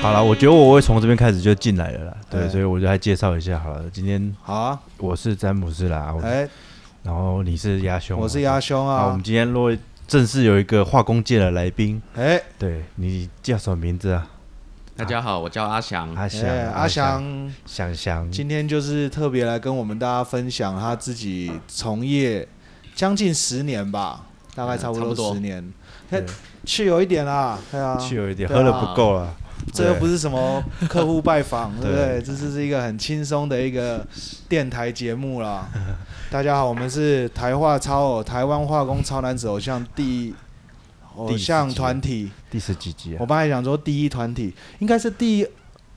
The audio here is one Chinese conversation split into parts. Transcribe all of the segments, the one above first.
好了，我觉得我会从这边开始就进来了啦。对，哎所以我就来介绍一下好了。今天好啊，我是詹姆斯啦，我哎，然后你是鸭兄，我是鸭兄啊。我啊们，今天若正式有一个化工界的来宾，哎，对你叫什么名字啊？大家好，我叫阿翔。阿翔，哎阿翔翔翔，今天就是特别来跟我们大家分享他自己从业将近十年吧，大概嗯差不差不多多十年，对去有一点啦，对啊，去有一点对啊喝了不够了，这又对不是什么客户拜访，对不对？对这只是一个很轻松的一个电台节目啦。大家好，我们是台化超偶台湾化工超男子偶像第一偶像团体，第十几集啊我？本来想说第一团体，应该是第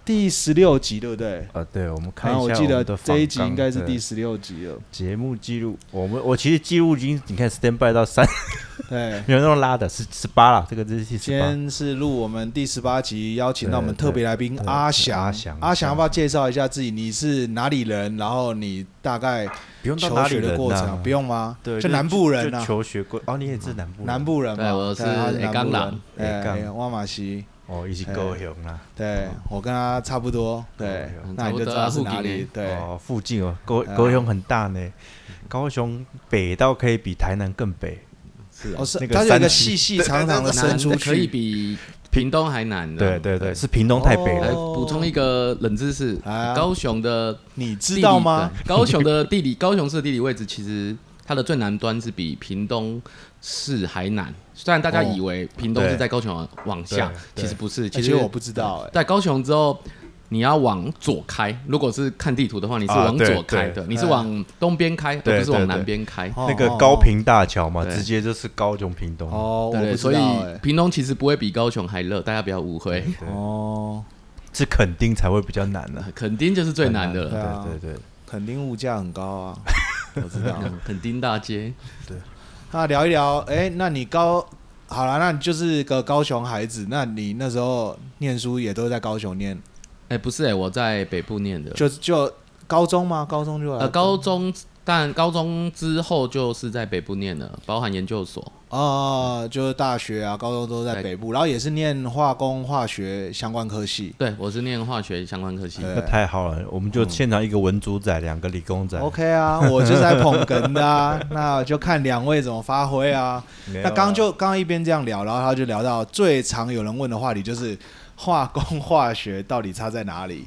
第十六集，对不对？啊，对，我们看然一下后我记得们的这一访集纲应该是对第十六 集了，节目记录，我们我其实记录已经你看 stand by 到三， 对。没有那种拉的，是十八了，这个是第今十八。天是录我们第十八集，邀请到我们特别来宾对对阿翔。阿翔阿翔要不要介绍一下自己？你是哪里人？然后你大概不用到求哪学里的人过啊程，不用吗？对，就南部人就啊，求学过哦，你也是南部人，南部人嘛。对我是他南北港部人人，北港哎，万马西，哦，一起高雄啦，对我跟他差不多，对嗯，那你就知道是哪里差，啊对，哦，附近哦，高对啊高雄很大呢，高雄北到可以比台南更北，是啊哦，是那个它有一个山细细长长的伸难出可以去，比屏东还难对的。对对，是屏东太北来哦了，补充一个冷知识，啊高雄的地你理知道吗？？对 高雄的地理，高雄市的地理位置其实它的最南端是比屏东市还南。虽然大家哦以为屏东对是在高雄往下，对对其实不是。其实其实我不知道，哎，在高雄之后，你要往左开。如果是看地图的话，你是啊往对左开对的，你是往东边开，而对不是对往对南边开。哦那个高平大桥嘛，对直接就是高雄屏东，哦，我对，不所知以道，哎，屏东其实不会比高雄还热，大家不要 误会，哦，是垦丁才会比较难呢。垦丁就是最难的 对了，啊对对对，肯定物价很高啊。我知 道，垦丁大街，那聊一聊，哎、那你高好了，那你就是个高雄孩子，那你那时候念书也都在高雄念，哎，不是哎，我在北部念的，就就高中吗？高中就来呃，高中，但高中之后就是在北部念了，包含研究所，哦、就是大学啊，高中都在对北部，然后也是念化工化学相关科系。对我是念化学相关科系，那对嗯太好了，我们就现场一个文主仔，两个理工仔。 OK 啊，我就是在捧哏的啊， 那就看两位怎么发挥啊。没有那啊刚刚就刚刚一边这样聊，然后他就聊到最常有人问的话题就是化工化学到底差在哪里？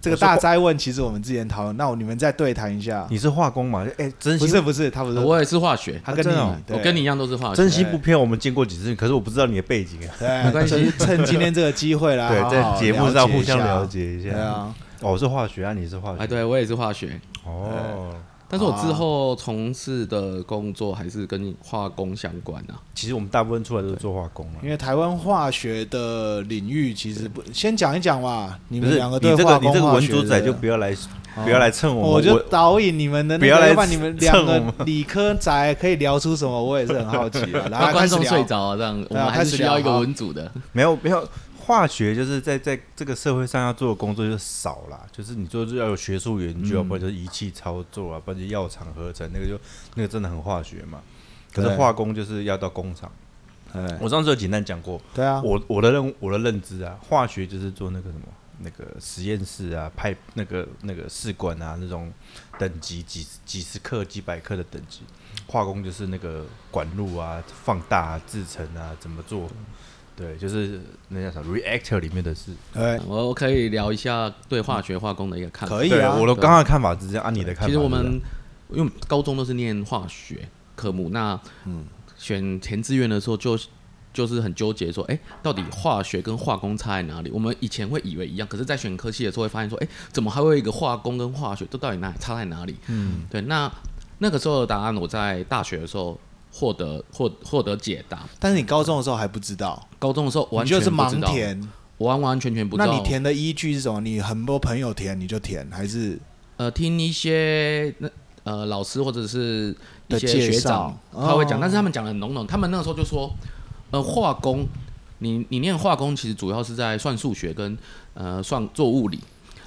这个我说大化灾问其实我们之前讨论，那我你们再对谈一下。你是化工嘛？哎，真不心是不是，他不是，呃我也是化学，嗯他跟啊真你，的哦对我跟你一样都是化学真，哎心不骗，我们见过几次，可是我不知道你的背景啊。对，没关系就是哎趁今天这个机会啦，对，好在好节目上啊解一互相下了。解一对下。啊，哦，我是化学啊，你是化哎，学。对我也是化学，哦，哎但是我啊之后从事的工作还是跟化工相关啊，其实我们大部分出来都是做化工啊了因。为台湾化学的领域其实不，先讲一讲吧。你不们是两个对你这化个工你这个化文学主仔的哦就不要来不要来蹭我我们，就我导引你们的那不要个，来要不然你们两蹭我个们理科宅可以聊出什么，我也是很好奇 啊。然让后观开始众睡聊，着啊，这样我对啊们还开始是需聊要一个好文组的，没有没有化学就是在在这个社会上要做的工作就少啦，就是你做就要有学术研嗯究啊，不然就是仪器操作啊，不然就药厂合成，那个就那个真的很化学嘛。可是对化工就是要到工厂，哎我上次有简单讲过，对啊，我我的认我的认知啊，化学就是做那个什么那个实验室啊，派那个那个试管啊那种等级几几十克几百克的等级，化工就是那个管路啊、放大啊、制成啊怎么做，嗯对，就是那叫啥 reactor 里面的事。哎，我我可以聊一下对化学化工的一个看法。可以对，啊我。的刚刚的看法是这样，按、你的看法是其实这我样。们因为我们高中都是念化学科目，那嗯选填志愿的时候就就是很纠结说，哎、到底化学跟化工差在哪里？我们以前会以为一样，可是在选科系的时候会发现说，哎、怎么还会有一个化工跟化学？这到底哪差在哪里？嗯，对。那那个时候的答案，我在大学的时候获得获获得解答，但是你高中的时候还不知道，高中的时候你完就全是不盲知道，填。我完完全全不知那道。你填的依据是什么？你很多朋友填你就填，还是呃，听一些那呃老师或者是一的些介学绍长他会讲，哦但是他们讲的很笼统。他们那个时候就说，呃，化工，你你念化工其实主要是在算数学哦跟呃算做物理。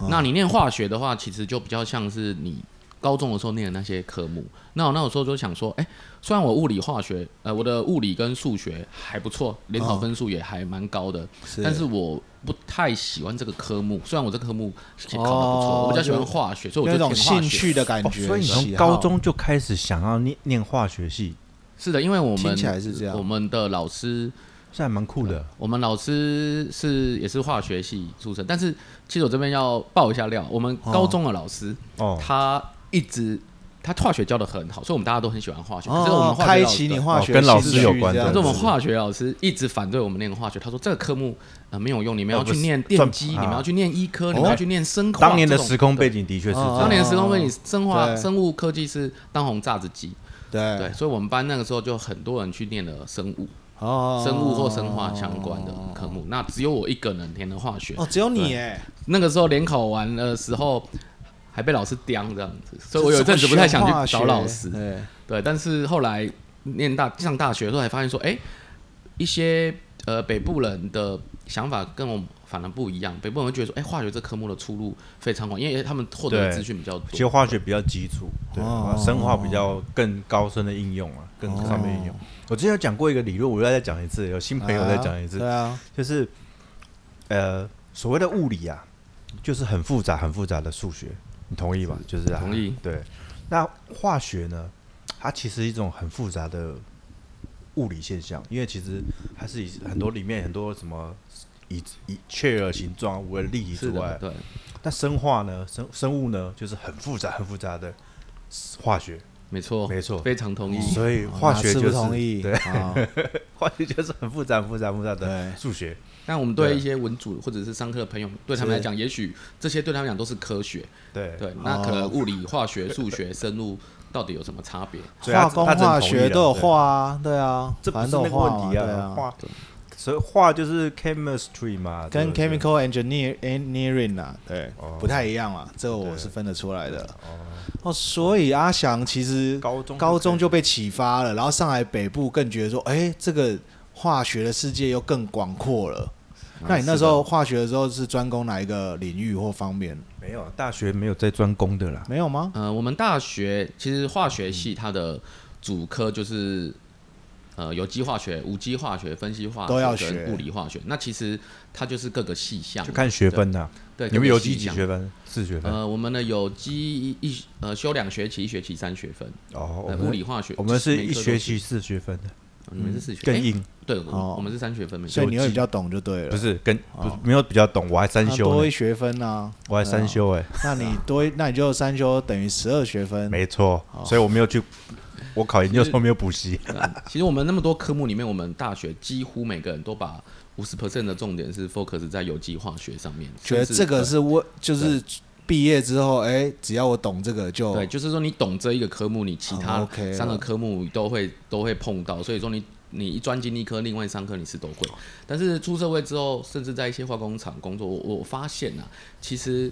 那你念化学的话，其实就比较像是你高中的时候念的那些科目。那我那时候就想说，哎、虽然我物理、化学，呃，我的物理跟数学还不错，联考哦分数也还蛮高的，但是我不太喜欢这个科目。虽然我这个科目考的不错，哦我比较喜欢化学，所以我那就种填化兴学趣的感哦觉。啊所以你从喜好高中就开始想要念念化学系，是的，因为我们听起来是这样我们的老师，这还蛮酷的。嗯我们老师是也是化学系出身，但是其实我这边要爆一下料，我们高中的老师、哦，他一直他化学教的很好，所以我们大家都很喜欢化学。可是我们哦，化学开老启你对化哦学跟老兴师有趣关这的样但是我子们化学老师一直反对我们念化学，他说这个科目呃没有用，你们要哦不去是念电算机，啊你们要去念医科，你哦们要去念生化。当年的这种嗯时空背景的确是这哦样当。年的时空背景，生化、对生物科技是当红炸子鸡，对，对所以我们班那个时候就很多人去念了生物、哦生物或生化相关的科目，那只有我一个人填了化学。哦，只有你哎，那个时候联考完的时候，还被老师刁这样子，所以我有一阵子不太想这么去玄找化老学 师。对对，但是后来念大上大学的时候，才发现说，哎、一些呃北部人的想法跟我们反而不一样。北部人会觉得说，哎、化学这科目的出路非常广，因为他们获得的对资讯比较多。其实化学比较基础，对，哦生化比较更高深的应用啊，更上面应用。我之前有讲过一个理论，我又再讲一次，有新朋友再讲一次，对哦啊，就是呃，所谓的物理啊，就是很复杂、很复杂的数学，你同意吧？就是啊同意对，那化学呢，它其实是一种很复杂的物理现象，因为其实它是以很多里面很多什么以以确尔形状为例子是之的，外，对，那生化呢，生生物呢，就是很复杂、很复杂的化学， 没错，没错嗯非常同意。所以化学哦哪次就不是同意，对，啊 化学就是很复杂、很复杂、很复杂对的数学。但我们对对一些文组或者是商科的朋友，对他是们来讲，也许这些对他们来讲都是科学。对，对，那可能物理、化学、数学、生物到底有什么差别？所以他化工、啊他只能化同意学了都有对化啊，对啊，这不反是正都那有个化嘛问题对啊，啊，化，所以化就是 chemistry 嘛，对跟不对 chemical engineer engineering 啊，对哦，不太一样啊，这我对是分得出来的。哦，哦，所以阿翔其实高中高中就被启发了，然后上海北部更觉得说，哎，这个化学的世界又更广阔了。嗯那你那时候化学的时候是专攻哪一个领域或方面？没有大学没有在专攻的啦，没有吗？呃，我们大学其实化学系它的主科就是呃有机化学、无机化学、分析化学都要跟学物理化学。那其实它就是各个细项，就看学分呐。对你们有几几？学各个细项分？四学分。呃，我们的有机一一呃修两学期，一学期三学分。哦，我呃，们物理化学我们是一学，每科期四学分的，都是哦你们是四学，更诶硬，对，我哦我们是三学分，没错所以你会比较懂就对了。不是更不哦没有比较懂，我还三那修多一呢，学分啊，我还三修哎，那你 多一，那你就三修等于十二学分。没错，所以我没有去，我考研究所没有补习，那其实我们那么多科目里面，我们大学几乎每个人都把五十 percent 的重点是 focus 在有机化学上面，觉得甚至这个是我就是毕业之后，哎，只要我懂这个就对，就是说你懂这一个科目，你其哦他，OK 三了个科目都会都会碰到，所以说你你一专精一科，另外三科你是都会。但是出社会之后，甚至在一些化工厂工作，我我发现啊，其实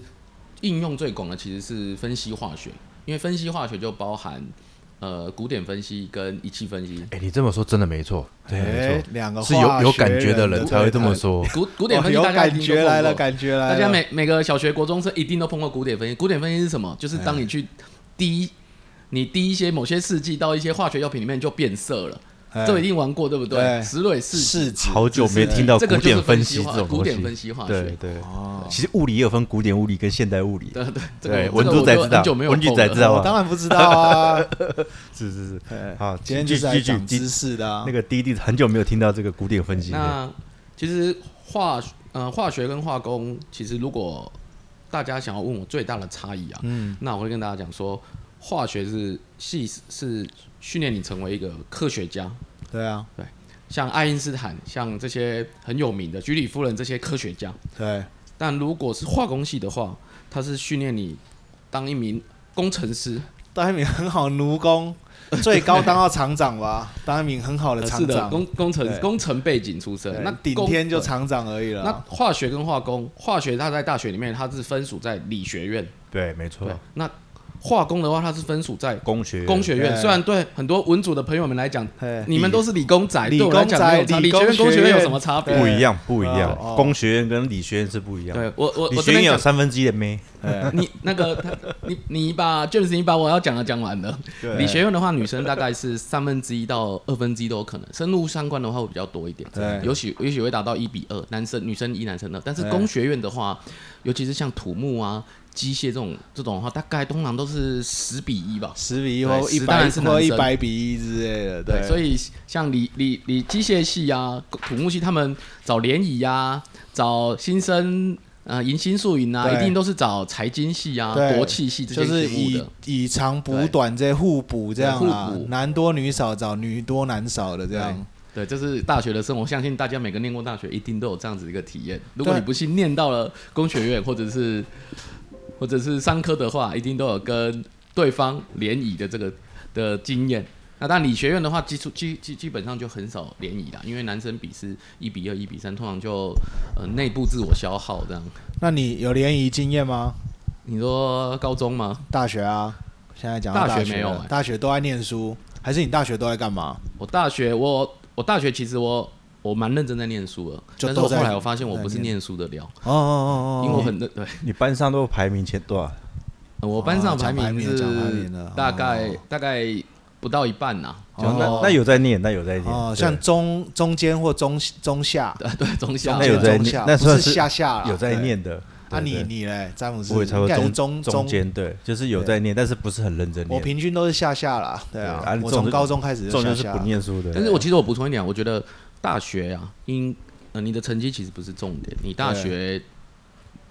应用最广的其实是分析化学，因为分析化学就包含呃古典分析跟仪器分析。哎，你这么说真的没错，对，哎没错，两个是有有感觉的人才会这么说， 古古古典分析哦有大家一感定都觉碰来了，过感觉来了。大家每每个小学、国中生一定都碰过古典分析。古典分析是什么？哎就是当你去滴，你滴一些某些试剂到一些化学药品里面就变色了，哎这个一定玩过，对不对？对石蕊试剂是指好久没听到这个古就是典分析化这种古东典分西，析化对学。对，哦，其实物理也有分古典物理跟现代物理，对对，这个对我文这竹个仔我就知道很久没有文竹碰仔了知道啊我当然不知道 啊。是是是，哎好，今天继就续是来继续讲继知识的啊。那个滴滴很久没有听到这个古典分析了，那其实化呃化学跟化工，其实如果大家想要问我最大的差异啊，嗯，那我会跟大家讲说，化学是系是训练你成为一个科学家，对啊，像爱因斯坦，像这些很有名的居里夫人这些科学家。对，但如果是化工系的话，它是训练你当一名工程师，当一名很好的奴 工，最高当到厂长吧，当一名很好的呃厂是的，长，工工程对工程背景出身对，那顶工天就对厂长而已那了。化学跟化工，化学它在大学里面它是分属在理学院，对，没错对，，那化工的话，它是分属在工学院工学院。对虽然对很多文组的朋友们来讲，嘿你们都是理工仔，理对我来讲没有工仔差。理理工学院、工学学院有院什么差别？不一样，不一样哦哦。工学院跟理学院是不一样的。对我我理我这学院边有讲，三分之一的妹，哎你那个他你你把 James，你把我要讲的讲完了。对理学院的话，女生大概是三分之一到二分之一都有可能，深入相关的话会比较多一点，对也许也许会达到一比二，男生女生一，男生二。但是对工学院的话，尤其是像土木啊、机械这种这种的话，大概通常都是十比一吧。十比一对或一十当百然是男或生一百比一之类的，对，所以以像理理理机械系啊、土木系，他们找联谊啊、找新生呃迎新宿营啊，对一定都是找财经系啊、对国企系这就些是科目以的。以长补对短，这互补这样啦对互，补男多女少找女多男少的这样。对，这是大学的生活，相信大家每个念过大学，一定都有这样子一个体验。如果对你不信念到了工学院，或者是或者是商科的话，一定都有跟对方联谊的这个的经验。那但理学院的话，基础基基基本上就很少联谊啦，因为男生比是一比二、一比三，通常就呃内部自我消耗这样。那你有联谊经验吗？你说高中吗？大学啊，现在讲到大大学没有了哎大学都在念书，还是你大学都在干嘛？我大学我我大学其实我我蛮认真在念书的，就但是都我在后来我发现我不在是念念书的料，哦哦哦哦，因为我很认对。你班上都排名前多少？呃我班上哦排讲排名名是讲排名了大概哦大概不到一半呐，就那哦那有在念，那有在念。哦，对像中中间或中中下，对对，中下中那有间在中念下，那不算是是下下啦有在。念的。对啊，对你对你嘞，詹姆斯，我也差不应该多是中中中，间，对，就是有在念，但是不是很认真我念。平均都是下下啦。对对啊啊你，我这种从就高中开始这种下就是下不。念书的。但是我其实我补充一点，我觉得大学啊，因呃你的成绩其实不是重点，你大学。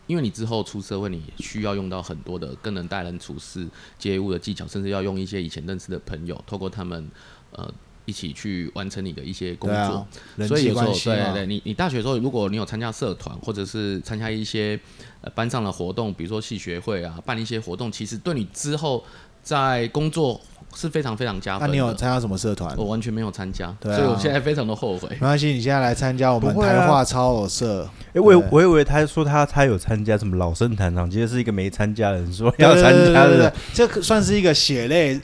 因为你之后出社会，你需要用到很多的跟人待人处事、接物的技巧，甚至要用一些以前认识的朋友，透过他们呃一起去完成你的一些工对作。啊，人所以际有时候关系对嘛对，，你你大学的时候，如果你有参加社团，或者是参加一些呃班上的活动，比如说系学会啊，办一些活动，其实对你之后在工作是非常非常加那分啊你有的。参加什么社团？我完全没有参加，对啊所以我现在非常 的后悔没。关系，你现在来参加我们不会啊台化超偶社，哎，我以对我以为他说他他有参加什么老生坛场，其实是一个没参加的人说对要参加对对对的对。这个算是一个血泪等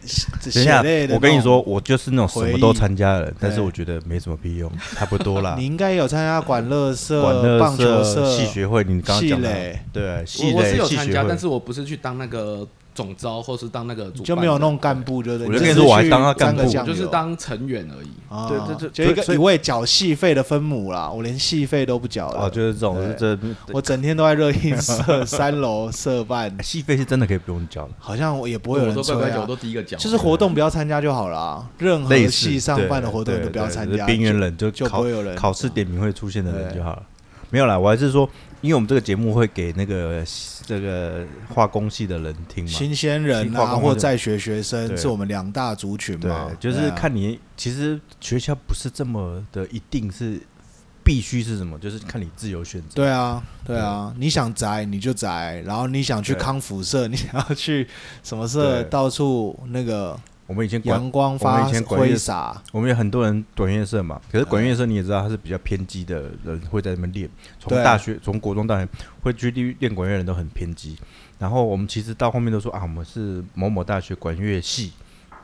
一血下泪，的。我跟你说，，我就是那种什么都回忆参加的人，但是对我觉得没什么屁用，差不多啦你。应该有参加管乐社、管乐棒球社、社、戏学会，你刚刚系讲的垒，对，戏我我是类有戏参学加，会但。是我不是去当那个总招，或是当那个主办的就没有弄干部，就是我就就跟是你说我还去当他干沾个部酱我就是油当成员而已。啊对对对就一个所以一位缴戏费的分母啦，我连戏费都不缴了，哦，就是这种，这这我整天都在热映社三楼社办，戏费是真的可以不用交了。好像我也不我会有说人乖催乖酒啊。都第一个讲，就是活动不要参加就好啦，任何类似戏上办的活动对都不要对参对加，边缘人就就就考不会有人考试点名会出现的人对就好了。没有啦，我还是说，因为我们这个节目会给那个这个化工系的人听嘛，新鲜人新化啊，工或化就在学学生对是我们两大族群对嘛，，啊就是看你其实学校不是这么的，一定是必须是什么，就是看你自由选择。对啊，对啊，你想宅你就宅，然后你想去对康复社， 你想要去什么社，对到处那个我们以前管阳光我发们以前管挥乐洒，我们有很多人管乐社嘛，可哎是管乐社你也知道，它是比较偏激的人会在那边练。从对大学，从国中、大学会去练练管乐的人都很偏激。然后我们其实到后面都说啊，我们是某某大学管乐系，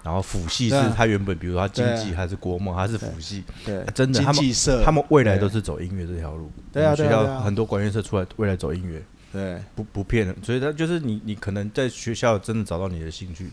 然后辅系对是啊他原本，比如说他经济对啊还是国贸，他是辅系，对啊，真的经他们济社，他们未来都是走音乐这条路。对啊我们学对啊对校啊很多管乐社出来，未来走音乐，对不不骗人。所以他就是你，你可能在学校真的找到你的兴趣。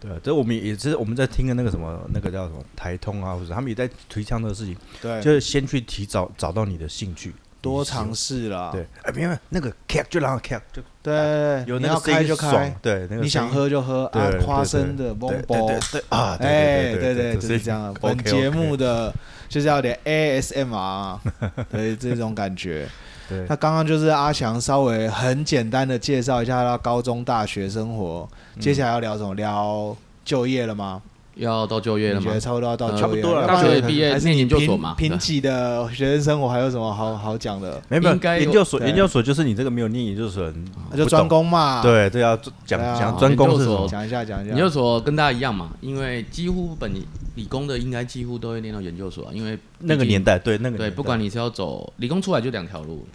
对啊，这我们也是我们在听的那个什么，那个叫什么台通啊，或者他们也在提倡这个事情。对，就是先去提早找到你的兴趣，多你喜欢尝。试啦，对，哎，没有没有那个 cap 就让它 cap，就对，有你那要个声开音就爽开，，对，那个你想声音，喝就喝，啊对，对花对生的对蹦对蹦对，对啊，哎，对对对，就是这样。本 OK，OK 节目的就是要有点 ASMR，啊 对这种感觉。对那刚刚就是阿强稍微很简单的介绍一下他高中、大学生活，嗯接下来要聊什么？聊就业了吗？要到就业了你觉吗得？差不多要到呃就业，差不多了要不然大学毕业还是念研究你所嘛贫对贫瘠的学生生活还有什么好好讲的？没有没有应该有研究所，对研究所就是你这个没有念研究所的人，那就专不懂。攻嘛。，对，这要讲对啊讲专攻是什研究么所？讲一下，讲一研究下。所跟大家一样嘛，因为几乎本理工的应该几乎都会念到研究所啊，因为那个毕竟年代，对那个对，年代不管你是要走理工出来就两条路，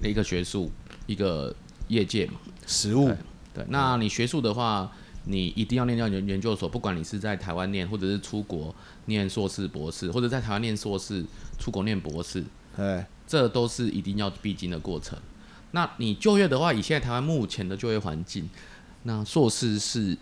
一个学术，一个业界嘛。食物对，那你学术的话，你一定要念到研研究所，不管你是在台湾念，或者是出国念硕士、博士，或者在台湾念硕士，出国念博士，对，这都是一定要必经的过程。那你就业的话，以现在台湾目前的就业环境，那硕士是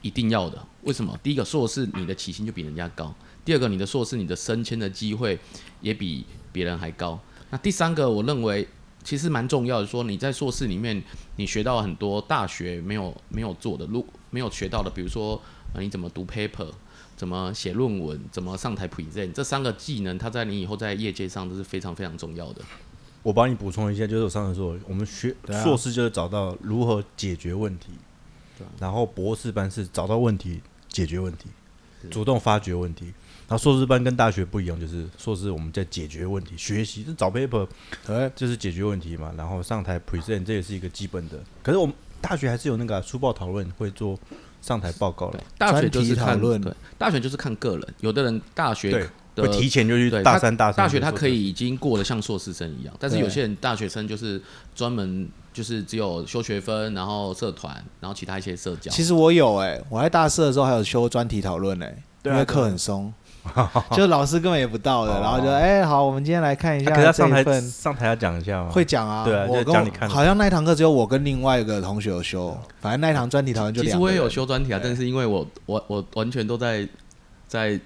一定要的。为什么？第一个，硕士你的起薪就比人家高；第二个，你的硕士你的升迁的机会也比别人还高。那第三个，我认为其实蛮重要的，说你在硕士里面你学到很多大学没有没有做的，如没有学到的，比如说、呃你怎么读 paper。怎么写论文，怎么上台 present，这三个技能，它在你以后在业界上都是非常非常重要的。我帮你补充一下，就是我上次说，我们学对啊硕士就是找到如何解决问题，然后博士班是找到问题、解决问题、主动发掘问题。然后硕士班跟大学不一样，就是硕士我们在解决问题、学习，就找 paper 对，就是解决问题嘛。然后上台 present 这也是一个基本的。可是我们大学还是有那个、啊、书报讨论，会做上台报告对了，，大学就是专看题讨论对，大学就是看个人。有的人大学对的会提前就去对大他三、大啊四。大学他可以已经过得像硕士生一样，但是对有些人大学生就是专门就是只有修学分，然后社团，然后其他一些社交。其实我有哎、我在大四的时候还有修专题讨论哎，对啊啊因为课很松，就老师根本也不到的，哦然后就哎、好，我们今天来看一啊可是他下上这台一份。上台要讲一下吗？会讲啊，对啊我就跟讲我你看的好像那一堂课只有我跟另外一个同学有修，反正那一堂专题讨论就其实两个我人。也有修专题啊，但是因为我我我完全都在在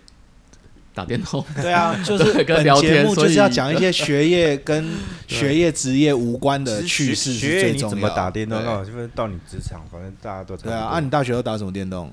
打电动， 对啊，就是对跟本聊节天目就所以是要讲一些学业 跟学业职业无关的其实趣事学是学业最你重要的。怎么打电动，对刚好就是到你职场，反正大家都差不对多啊，啊，你大学都打什么电动？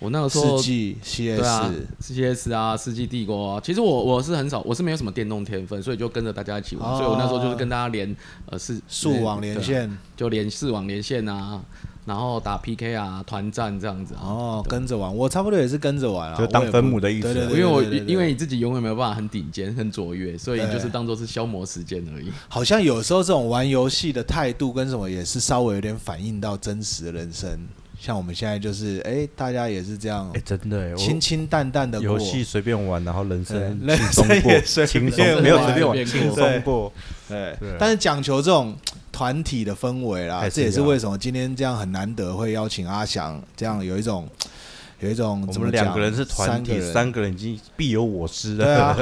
我那个时候世纪、CS，对啊，CS 啊，世纪帝国啊，其实我我是很少，我是没有什么电动天分，所以就跟着大家一起玩，哦所以我那时候就是跟大家连呃是速网连，对啊线，就连四网连线啊，然后打 PK 啊，团战这样子啊。哦，跟着玩，我差不多也是跟着玩啊，就当我也不分母的意思啊对对因对，为我对对对对因为你自己永远没有办法很顶尖、很卓越，所以对就是当做是消磨时间而已。好像有时候这种玩游戏的态度跟什么也是稍微有点反映到真实的人生，像我们现在就是，哎，大家也是这样哎、，真的哎、清我清淡淡的游戏，随便玩，然后人生对轻松人生也过，随轻便松玩没有随便玩，对轻松过。对对哎但是讲求这种团体的氛围啦，还是这也是要为什么今天这样很难得会邀请阿翔，这样有一种有一种嗯我怎么们两讲个人是团体，三个人三个人已经必有我师对了。啊，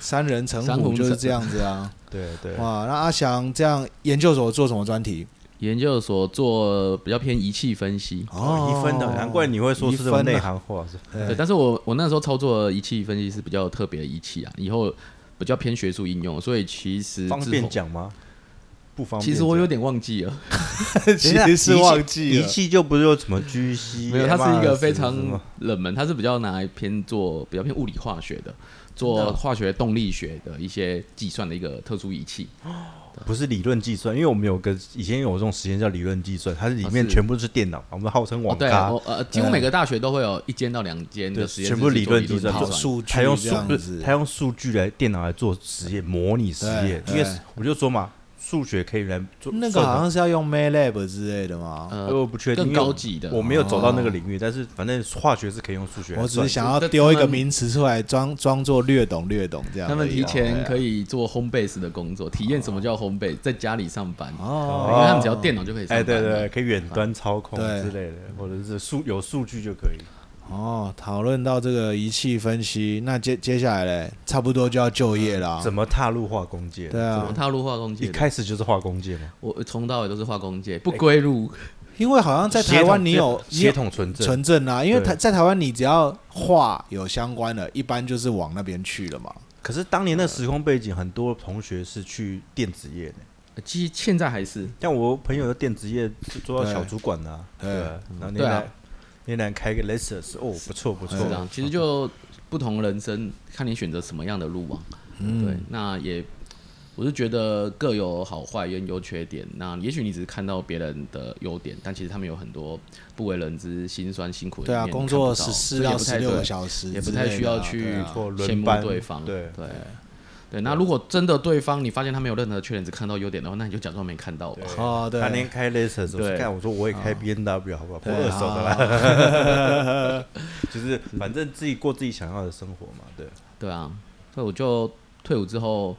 三人成三虎虎就是成这样子啊。对对，哇，那阿翔这样研究所做什么专题？研究所做比较偏仪器分析，哦，一分的，难怪你会说是这一种分啊 内行话。是对，但是我我那时候操作的仪器分析是比较特别的仪器啊，以后比较偏学术应用，所以其实方之便后。讲吗？不方便其讲。实我有点忘记了，等一下其实是忘记仪了器就不是有什么 GC，没有，它是一个 MRS 非常什么冷门，它是比较拿来偏做比较偏物理化学的，真的做哦化学动力学的一些计算的一个特殊仪器。不是理论计算，因为我们有个以前有这种实验叫理论计算，它是里面是全部是电脑，我们号称哦网，对，咖嗯我，呃，几乎每个大学都会有一间到两间对的实验室全部理论去做计算套做餐数据他用这数样不子是他用数据来电脑来做实验，模拟实验。因为对对我就说嘛，数学可以来做那个算好法像是要用 MATLAB 之类的嘛。呃呃，我不确定，更因为高级的。哦我没有走到那个领域，但是反正化学是可以用数学来算的。哦我只是想这要这丢一个他们名词出来，装装作略懂略懂这样而已啊。他们提前可以以做 home base 的工作，体验什么叫 home base，在家里上班，因哦，为他们只要电脑就可以上哎，班。对对，，可以远端操控对之类的，或者是数有数据就可以。哦，讨论到这个仪器分析，那接接下来嘞，差不多就要就业啦。嗯怎么踏入化工界？对怎么啊，踏入化工一界的？开哎始就是化工界嘛，我从头到尾都是化工界，不归入。因为好像在台湾你有你协有同纯正，纯正啊，因为对台在台湾你只要画有相关的，一般就是往那边去了嘛。可是当年嗯那时空背景，很多同学是去电子业的，呃其实现在还是像我朋友的电子业是做到小主管呢、对对啊，然后你对啊来你来开个 lessons，哦，不错不是错，啊，其实就不同人生，看你选择什么样的路啊。嗯对，那也我是觉得各有好坏跟优缺点。那也许你只是看到别人的优点，但其实他们有很多不为人知、辛酸辛苦的对啊，一面工作你看不十到四到所以也不十太六对个小时之类的也啊，不太需要去对啊不错羡轮慕班对方对，对对，那如果真的对方你发现他没有任何缺点，只看到优点的话，那你就假装没看到吧。哦，对，啊当年开 lessons，我对看我说我也开 B N W 好不好？不对啊二手的啦，啦。 就是反正自己过自己想要的生活嘛，对，对啊，所以我就退伍之后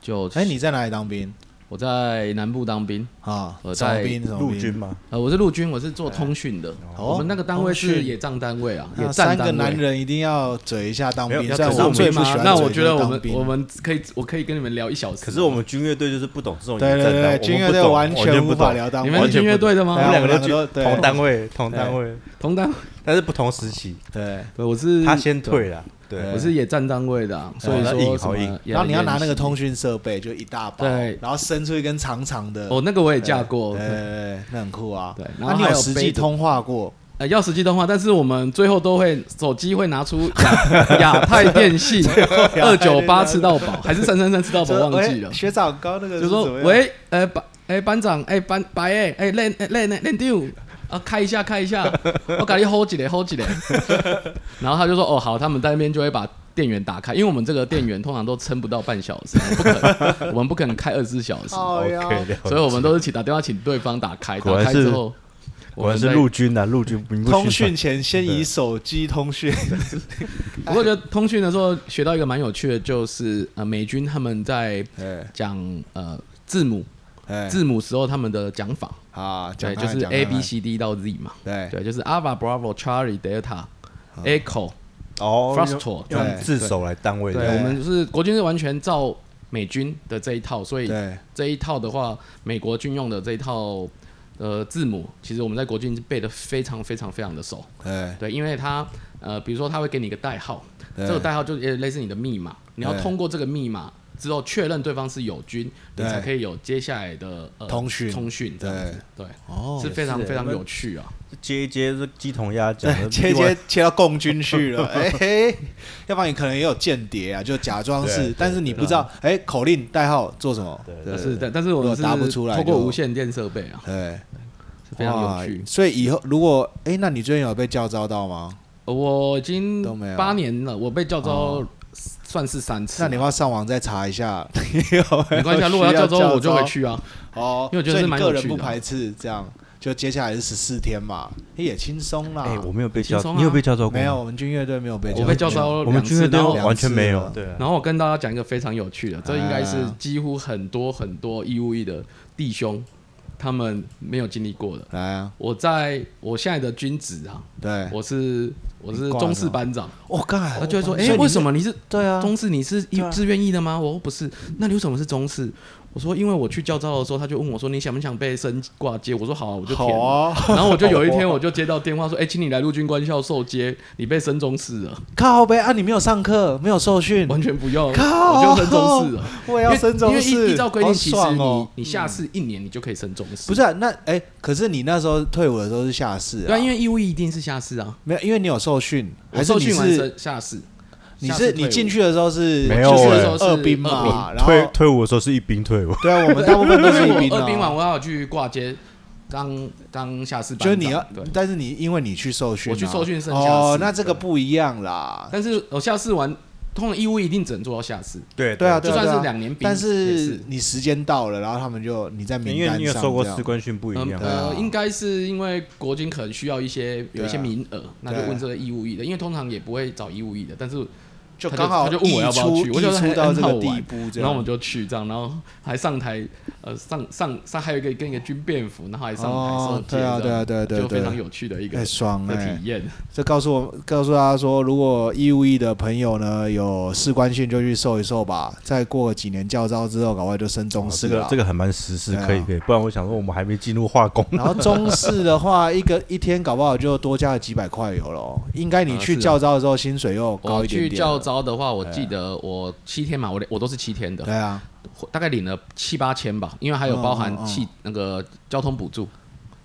就哎，你在哪里当兵？我在南部当兵，啊我，招在兵什么陆兵军吗？呃，我是陆军，我是做通讯的。哦我们那个单位通是讯野战单位啊，野那战三单个位。男人一定要嘴一下当没兵，有虽可然是我我们最最不喜欢那嘴我就觉是得我当们兵啊我们可以，我可以跟你们聊一小时。啊可是我们军乐队就是不懂这种对野对战对啊对，军乐我们队不懂完完全无不法懂。聊当你兵，们完是军全乐不队的吗？我们两个我们两个都都军对同单位，同单位，同单，但是不同时期。对，对，我是他先退了，对对，我是野战单位的啊、哦所以那说硬什好么硬演，然后你要拿那个演习通讯设备，就一大包，对然后伸出一根长长的，哎哦，那个我也架过，对，对对对那很酷啊。对那然后你还有有实背际着通话过？呃，要实际通话，但是我们最后都会手机会拿出亚亚太电信二九八吃到饱，还是三三三吃到饱就忘记了喂，学长刚那个就是说怎么样，喂，呃，班，哎，班长，哎，班白哎，哎，练哎练练练丢啊，开一下开一下，我赶紧 hold 起来 hold 起来， 然后他就说哦好，他们在那边就会把。电源打开，因为我们这个电源通常都撑不到半小时，我们不可能，我们不可能开二十四小时。靠腰， OK 的。所以我们都是请打电话请对方打开，果然打开是之后，果然我是们陆军呐，陆军名不通虚传讯前先以手机通讯，在。不过觉得通讯的时候学到一个蛮有趣的，就是呃美军他们在哎讲呃字母哎字母时候他们的讲法，啊，讲对，看就看是讲 A 看 B 看 C D 到 Z 嘛，对对，就是 Alpha Bravo Charlie Delta 啊 Echo 哦 Frustor，用对用自首来单位对，的，我们就是国军是完全照美军的这一套，所以对这一套的话，美国军用的这一套呃字母，其实我们在国军背的非常非常非常的熟。对对，因为它呃，比如说它会给你一个代号，对这个代号就也类似你的密码，你要对通过这个密码之后确认对方是友军，你对才可以有接下来的、呃、通讯通讯这样子，对，哦 是非常也是非常我们有趣啊。接一接这鸡同鸭讲 的，切另外切切到共军去 了，哎、嘿，要不然你可能也有间谍啊，就假装对是对，但是你不知道，哎、口令代号做什么？对对对但是但但是我如果们是答不出来通过就无线电设备啊，对，是非常有趣哇。所以以后如果哎、那你最近有被叫招到吗？呃我已经都没有八年了，我被叫招哦算是三次那啊，你要不要上网再查一下，有没关 系，啊，如果要要叫招招我就会。去啊。哦，因为我觉得是所以你蛮有个趣的啊人不排斥这样，就接下来是十四天嘛，也轻松啦。哎，我没有被叫轻松，啊你有被叫招过吗没有，？我们军乐队没有被我被叫过招我们两军次，乐队然后完全没两有，次对啊，然后我跟大家讲一个非常有趣的，这应该是啊几乎很多很多义务役的弟兄他们没有经历过的。来啊，我在我现在的军职啊，对，我是我是哎你挂了中士班长，我干他就会说，哦哎所以，你为是什么你是对啊，中士？你是义对啊自愿意的吗？我说不是，那你为什么是中士？我说因为我去教招的时候，他就问我说你想不想被升挂接？我说好啊，我就好填了。啊，然后我就有一天我就接到电话说，哎，请你来陆军官校受接，你被升中士了，靠呗啊！你没有上课，没有受训，完全 不用，靠我就升中士了。我也 要升中因为因为士，依依照规定，好其实爽你、哦你下士一年你就可以升中士，不是、啊、那哎、可是你那时候退伍的时候是下士、啊，对啊，因为义务役一定是下士啊，没有，因为你有受训，我还是受你训完是升下士，你下士是退伍你进去的时候是没有就是欸二兵嘛，二啊然退后退伍的时候是一兵 退伍，对啊，我们大 部分都是一因为兵我二兵啊，完我要去挂街当当下士班就长，是你要嗯对，。但是你因为你去受训啊、我去受训剩下士哦，那这个对不一样啦，但是我下士完，通常义务役一定只能做到下士，对对啊，就对啊，算对是啊。两年兵也，但是是你时间到了，然后他们就你在名因为单你有上受过这样士官训不一嗯样，哦对啊呃，应该是因为国军可能需要一些有一些对啊名额，那就对问这个义务役的，因为通常也不会找义务役的，但是就他刚好他就问我要不要溢去出我就溢很出到这很好个玩地步，这然后样我们就去这样，然后还上台，呃，上上上还有一个跟一个军便服，然后还上台哦受戒对啊这样对啊对啊对啊就对啊非常有趣的一个太爽哎的了、体验。这告诉我，告诉大家说，如果义务役的朋友呢有士官训，就去受一受吧。再过几年教招之后，搞不好就升中哦士这了。个这个还蛮实事，可以啊对啊可以，不然我想说我们还没进入化工，然后中士的话，一个一天搞不好就多加了几百块有咯。应该你啊去是啊教招的时候，薪水又高我一点啊哎去点。教招的话，我记得我七天嘛，我我都是七天的，对啊，大概领了七八千吧，因为还有包含汽那个交通补助，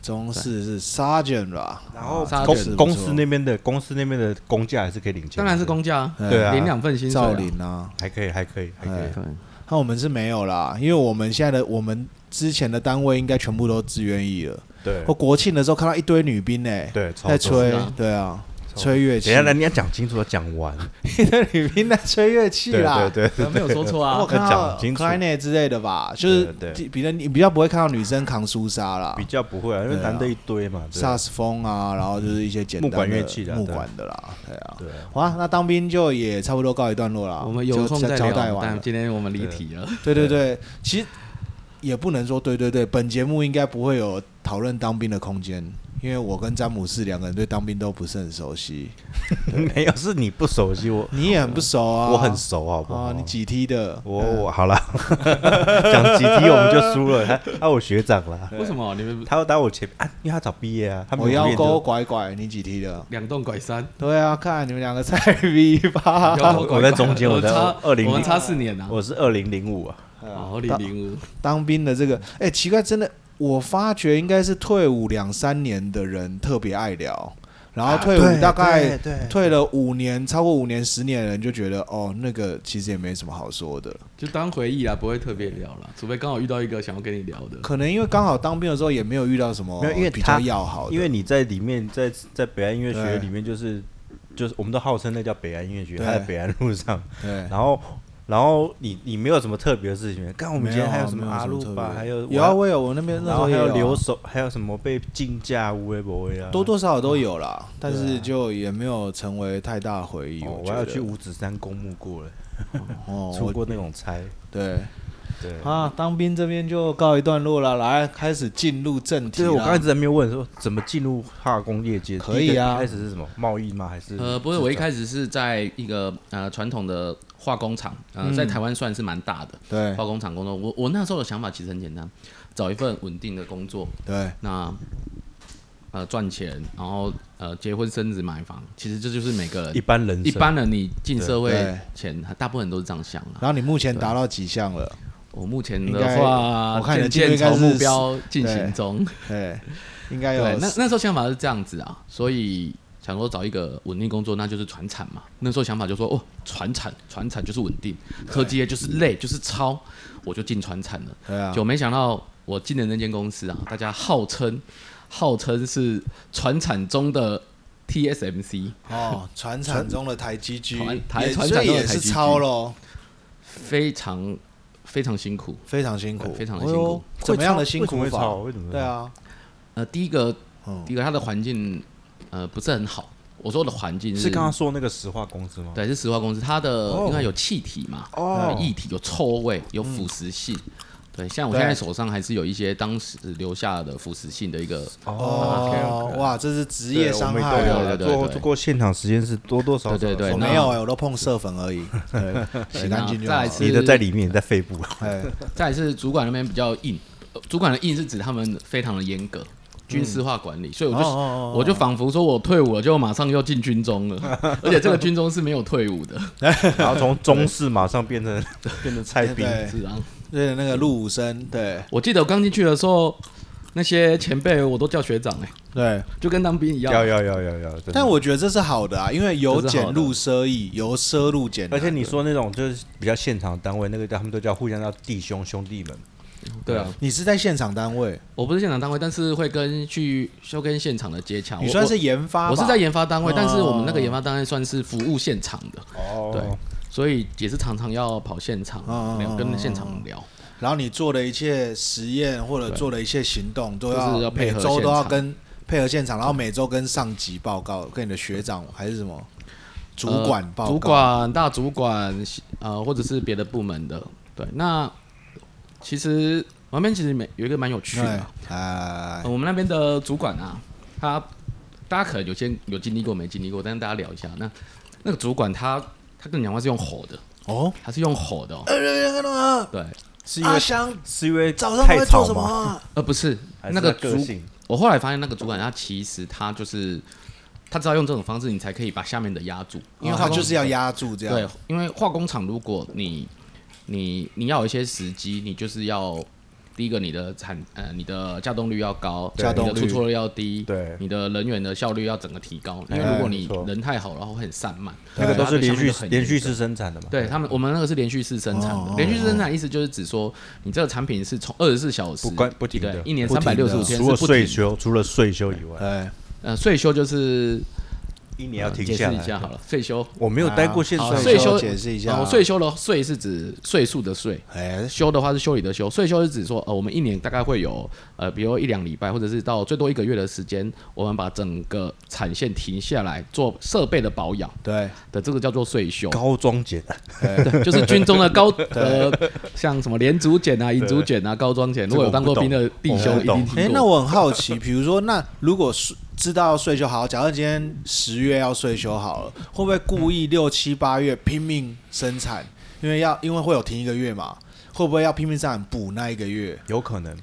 中士是 sergeant 吧？然后差哦公点啊公司那边的公司那边的工价还是可以领钱，当然是公价啊，对啊领两份薪水啊赵。林啊，还可以还可以还可以哎，对那、我们是没有啦，因为我们现在的我们之前的单位应该全部都自愿役了。对我国庆的时候看到一堆女兵呢、对，超在多吹是啊，对啊，超吹乐器等一，下，人家讲清楚要讲 完，一堆女兵在吹乐器对 啦。对对，可能没有说错我啊，看到讲清楚 Kline 之类的吧，就是对对比比较你比较不会看到女生扛苏莎啦比，较不会啊，因为对啊男的一堆嘛，对萨斯风啊，然后就是一些简单的木管乐器啦木对啊管的啦，对啊。对啊，好啊，那当兵就也差不多告一段落啦。我们就有空交再交代聊，完但了。今天我们离题了。对对对，其实也不能说对对对，本节目应该不会有讨论当兵的空间，因为我跟詹姆士两个人对当兵都不是很熟悉， 没有，是你不熟悉我，你也很不熟啊，我很熟，好不好？啊，你几梯的？我我好 了，讲几题我们就输 了，他他我学长啦，为什么你们他要打我前面啊，因为他早毕业啊，他没我有腰练勾就拐拐，你几梯的？两栋拐山？对啊，看你们两个菜逼 吧。两栋拐我山在中间我我在差20我们差四年呐，啊我是二零零五啊，哦，二零零五，当兵的这个，哎、奇怪，真的，我发觉应该是退伍两三年的人特别爱聊，然后退伍大概啊对退了五年，超过五年、十年的人就觉得，哦，那个其实也没什么好说的。就当回忆啦，不会特别聊啦，除非刚好遇到一个想要跟你聊的。可能因为刚好当兵的时候也没有遇到什么没有因为比他较要好的，因为你在里面，在在北岸音乐学哦对院里面，就是就是我们都号称那叫北岸音乐学院，对它在北岸路上。对。然后然后你你没有什么特别的事情，刚我们今天没还有有啊什么没有阿什么鲁特别巴，还有嗯有啊，我有，我那边那然时后候还也有啊留守，还有什么被竞价无微不微啊？多多少少都有啦，但是就也没有成为太大的回忆。哦，啊我我觉还有得去五指山公墓过了，哦，出我过那种差。对对，啊，当兵这边就告一段落了，来开始进入正题就啦。是我刚才一直在没有问说怎么进入化工业界，啊可以啊第一个一开始是什么贸易吗？还是呃，不是，我一开始是在一个呃传统的化工厂，呃，在台湾算是蛮大的对化工厂工作。我我那时候的想法其实很简单，找一份稳定的工作，对那呃赚钱，然后呃结婚生子买房，其实这就是每个人一般人一生般人你进社会对前，大部分人都是这样想啊然。后你目前达到几项了？我目前应的该话，我看你的渐进度应该渐朝是目标进行中。对，应该有对，那那时候想法是这样子啊，所以想说找一个稳定工作，那就是传产嘛。那时候想法就说，哦，传产，传产就是稳定，科技业就是累，就是超，我就进传产了。对啊，就没想到我进的那间公司啊，大家号称号称是传产中的 TSMC，哦，船产中的台积居船，台也船所产以中的也台是积超居喽，非常非常辛苦。非常辛哦苦，对非常的辛苦哎呦会怎么样的超辛为什么苦会超法？为什么会对啊，呃，第一个嗯，第一个它的环境呃不是很好，我说的环境超？是是刚刚说那个石化公司吗？对，是石化公司，它的哦因为有气体嘛，哦嗯有液体有臭味，有腐蚀性。对，像我对现在手上还是有一些当时留下的腐蚀性的一个，哦，哇，这是职职业伤害都有啊！啊对对做对做过现场实验室，多多少少对对我对没有那哎，我都碰色粉而已， 对，洗干净就那再好来了。是你的在里面，你在肺部。 哎，再来是主管那边比较硬，呃主管的硬是指他们非常的严格，军事化管理，所以我 哦就哦哦哦我就仿佛说我退伍了，就马上要进军 中了，而且这个军中是没有退伍的，然后从中式马上变成变成菜兵，对是啊。对，那个陆武生，对我记得我刚进去的时候，那些前辈我都叫学长哎、对，就跟当兵一要样。要要要要。但我我觉得这是好的啊，因为由这是好俭的入奢易，由奢入俭而难。且你说那种就是比较现场单位，那个叫他们都叫互相叫弟兄兄弟们，对啊，你是在现场单位，我不是现场单位，但是会跟去修跟现场的接洽。你啊我算是研发吧，我我是在研发单位哦，但是我们那个研发单位算是服务现场的，哦对所以也是常常要跑现场哦，聊跟现场聊。然后你做的一切实验或者做的一切行动，都就是要配每合周都要现场跟配合现场，然后每周跟上级报告，跟你的学长还是什么主管报呃告。主管、大主管，呃，或者是别的部门的。对，那其实旁边其实没有一个蛮有趣的啊、对，哎呃，我们那边的主管啊，他大家可能有些有经历过，没经历过，但是大家聊一下。那那个主管他他跟你讲话是用吼的，哦，他是用吼的、哦，哎对，是因为阿香是因为早上太会做吵什么吗？啊？呃，不是还是那个他个主性，我后来发现那个主管他其实他就是他知道用这种方式，你才可以把下面的压住，因因为为化哦他工就是要压住这样。啊对，因为化工厂如果你你你要有一些时机，你就是要。第一个，你的产呃，你的稼动率要高，对你稼动的率出错率要低，对你的人员的效率要整个提高。因为哎如果没你错人太好，然后会很散漫，那个都是对连它的下面就续很连续严格式哦生产的嘛。对他们，我们那个是连续式生产的。连续式生产意思就是指说，你这个产品是从二十四小时不关不停的对一年不三停百的六十五天除了是不税停的。哎休，除了税休以外，对，呃，税休就是嗯啊一年要停解下啊释来。一下好了，税修。啊我没有待过现好场，税税修修解释一下啊哦税修的税是指税数的税，哎，修的话是修理的修，税修是指说，呃，我们一年大概会有，呃，比如一两礼拜，或者是到最多一个月的时间，我们把整个产线停下来做设备的保养对，的，这个叫做 税修，高装检，对，就是军中的 高呃，像什么连竹检啊、银竹检啊、高装检，如果有当过兵的弟这个兄我一不懂定哎听，那过。我很好奇， 比如说，那如果是知道要税修好，假设今天十月要税修好了，会不会故意六七八月拼命生产？因为要因为会有停一个月嘛，会不会要拼命生产补那一个月？有可能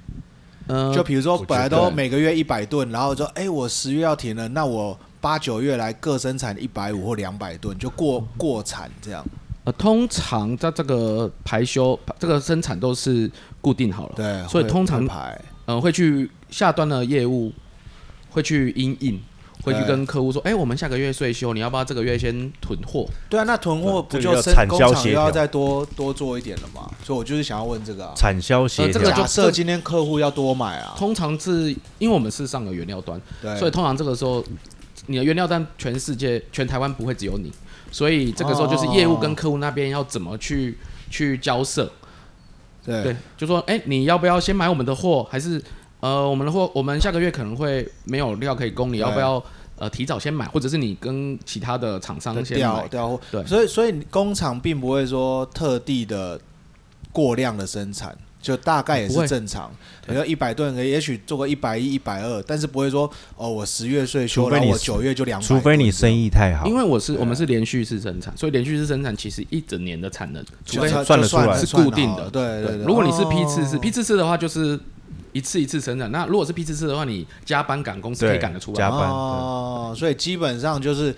嗯，就比如说我觉本来都得每个月一百吨，然后就哎、我十月要停了，那我八九月来各生产一百五或两百吨，就过过产这样。呃，通常在这个排修、这个生产都是固定好了，对，所以会通常会排呃，会去下端的业务会去因应，会去跟客户说，哎、我们下个月税修，你要不要这个月先囤货？对啊，那囤货这不个就要生产工销厂协又要调再多多做一点了嘛？所以我就是想要问这个啊。产销协呃这调个，假就设今天客户要多买啊，通常是因为我们是上个原料端，对，所以通常这个时候你的原料端全世界全台湾不会只有你，所以这个时候哦就是业务跟客户那边要怎么去去交涉，对对，就说，哎、你要不要先买我们的货，还是呃我们的货我们下个月可能会没有料可以供，你要不对要？呃，提早先买，或者是你跟其他的厂商先调买，调货，对所以所以工厂并不会说特地的过量的生产，就大概也不是会正常，比对如一百吨，也许做个一百一、一百二，但是不会说哦，我十月税除收，非然后你我是九月就两百，除非你生意意太好因，为我是我们是连续式生产，所以连续式生产其实一整年的产能，除就非它算算就得出算来了是算固了定好的了对对对。如果你是批次哦式，批次式的话就是一次一次生产。那如果是批次式的话，你加班赶公司可以对赶得出加来。班哦，所以基本上就是，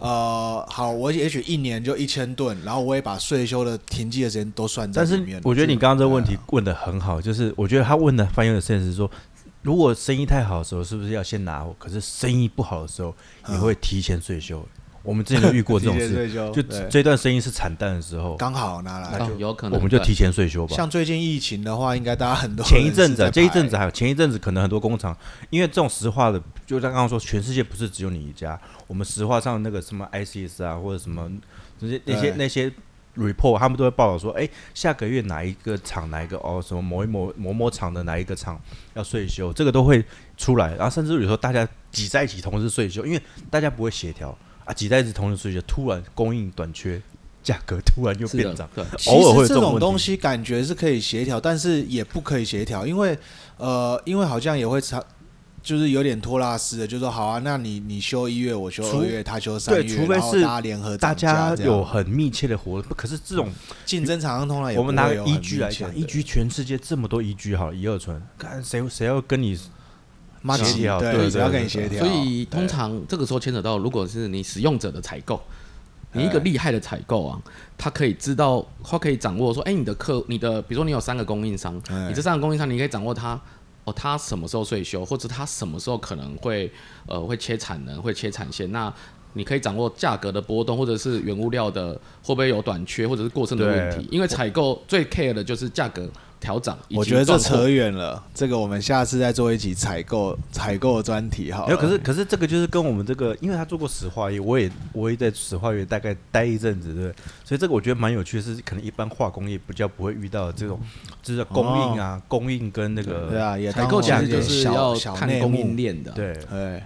呃，好，我也许一年就一千吨，然后我也把税修的停机的时间都算在但里是面。我觉得你刚刚这个问对啊题问的很好，就是我觉得他问的翻译的 sense 是说，如果生意太好的时候，是不是要先拿货？可是生意不好的时候，也会提前税修。我们之前就遇过这种哦 提前事，税修就对这段生意是惨淡的时候，刚好拿来哦，有可能我们就对提前税修吧。像最近疫情的话，应该大家很多前一阵子啊，人是在这一阵子排还有前一阵子，可能很多工厂，因为这种石化的，就像刚刚说，全世界不是只有你一家。我们石化上那个什么 ICS 啊，或者什么那些那些对那些 report，他们都会报道说，哎、下个月哪一个厂哪一个哦，什么某一某某某厂的哪一个厂要税修，这个都会出来。然后甚至有时候大家挤在一起同时税修，因为大家不会协调啊，挤在一起同时税修，突然供应短缺，价格突然又是的变涨，对，偶尔会有其实这这种种问题东西感觉是可以协调，但是也不可以协调，因为呃，因为好像也会常就是有点拖拉丝的，就说好啊，那你你休一月，我休除二月，他休三月，对除非然后是大家联合大涨价家这样有很密切的活动。可是这种。竞争厂商通常也我们拿不会有很一居来明显讲，的一居全世界这么多一居好了，一二醇，看谁谁要跟你妈吉协调对对，对只要对跟你协对调，所以对通常这个时候牵扯到，如果是你使用者的采购，你一个厉害的采购啊，他可以知道，他可以掌握说，哎、你的客，你的，比如说你有三个供应商，哎你这三个供应商，你可以掌握他。哦，他什么时候税休，或者他什么时候可能会呃会切产能，会切产线？那你可以掌握价格的波动，或者是原物料的会不会有短缺，或者是过剩的问题对。因为采购最 care 的就是价格调涨。以及我觉得这断货扯远了，这个我们下次再做一集采购采购专题好没了。有，可是可是这个就是跟我们这个，因为他做过石化业，我也我也在石化业大概待一阵子，对不对？所以这个我觉得蛮有趣的是，可能一般化工业比较不会遇到的这种，就是供应啊，供应跟那哦对个啊，也采当购我其们实一就个是小要小看内供幕应链的。对，对，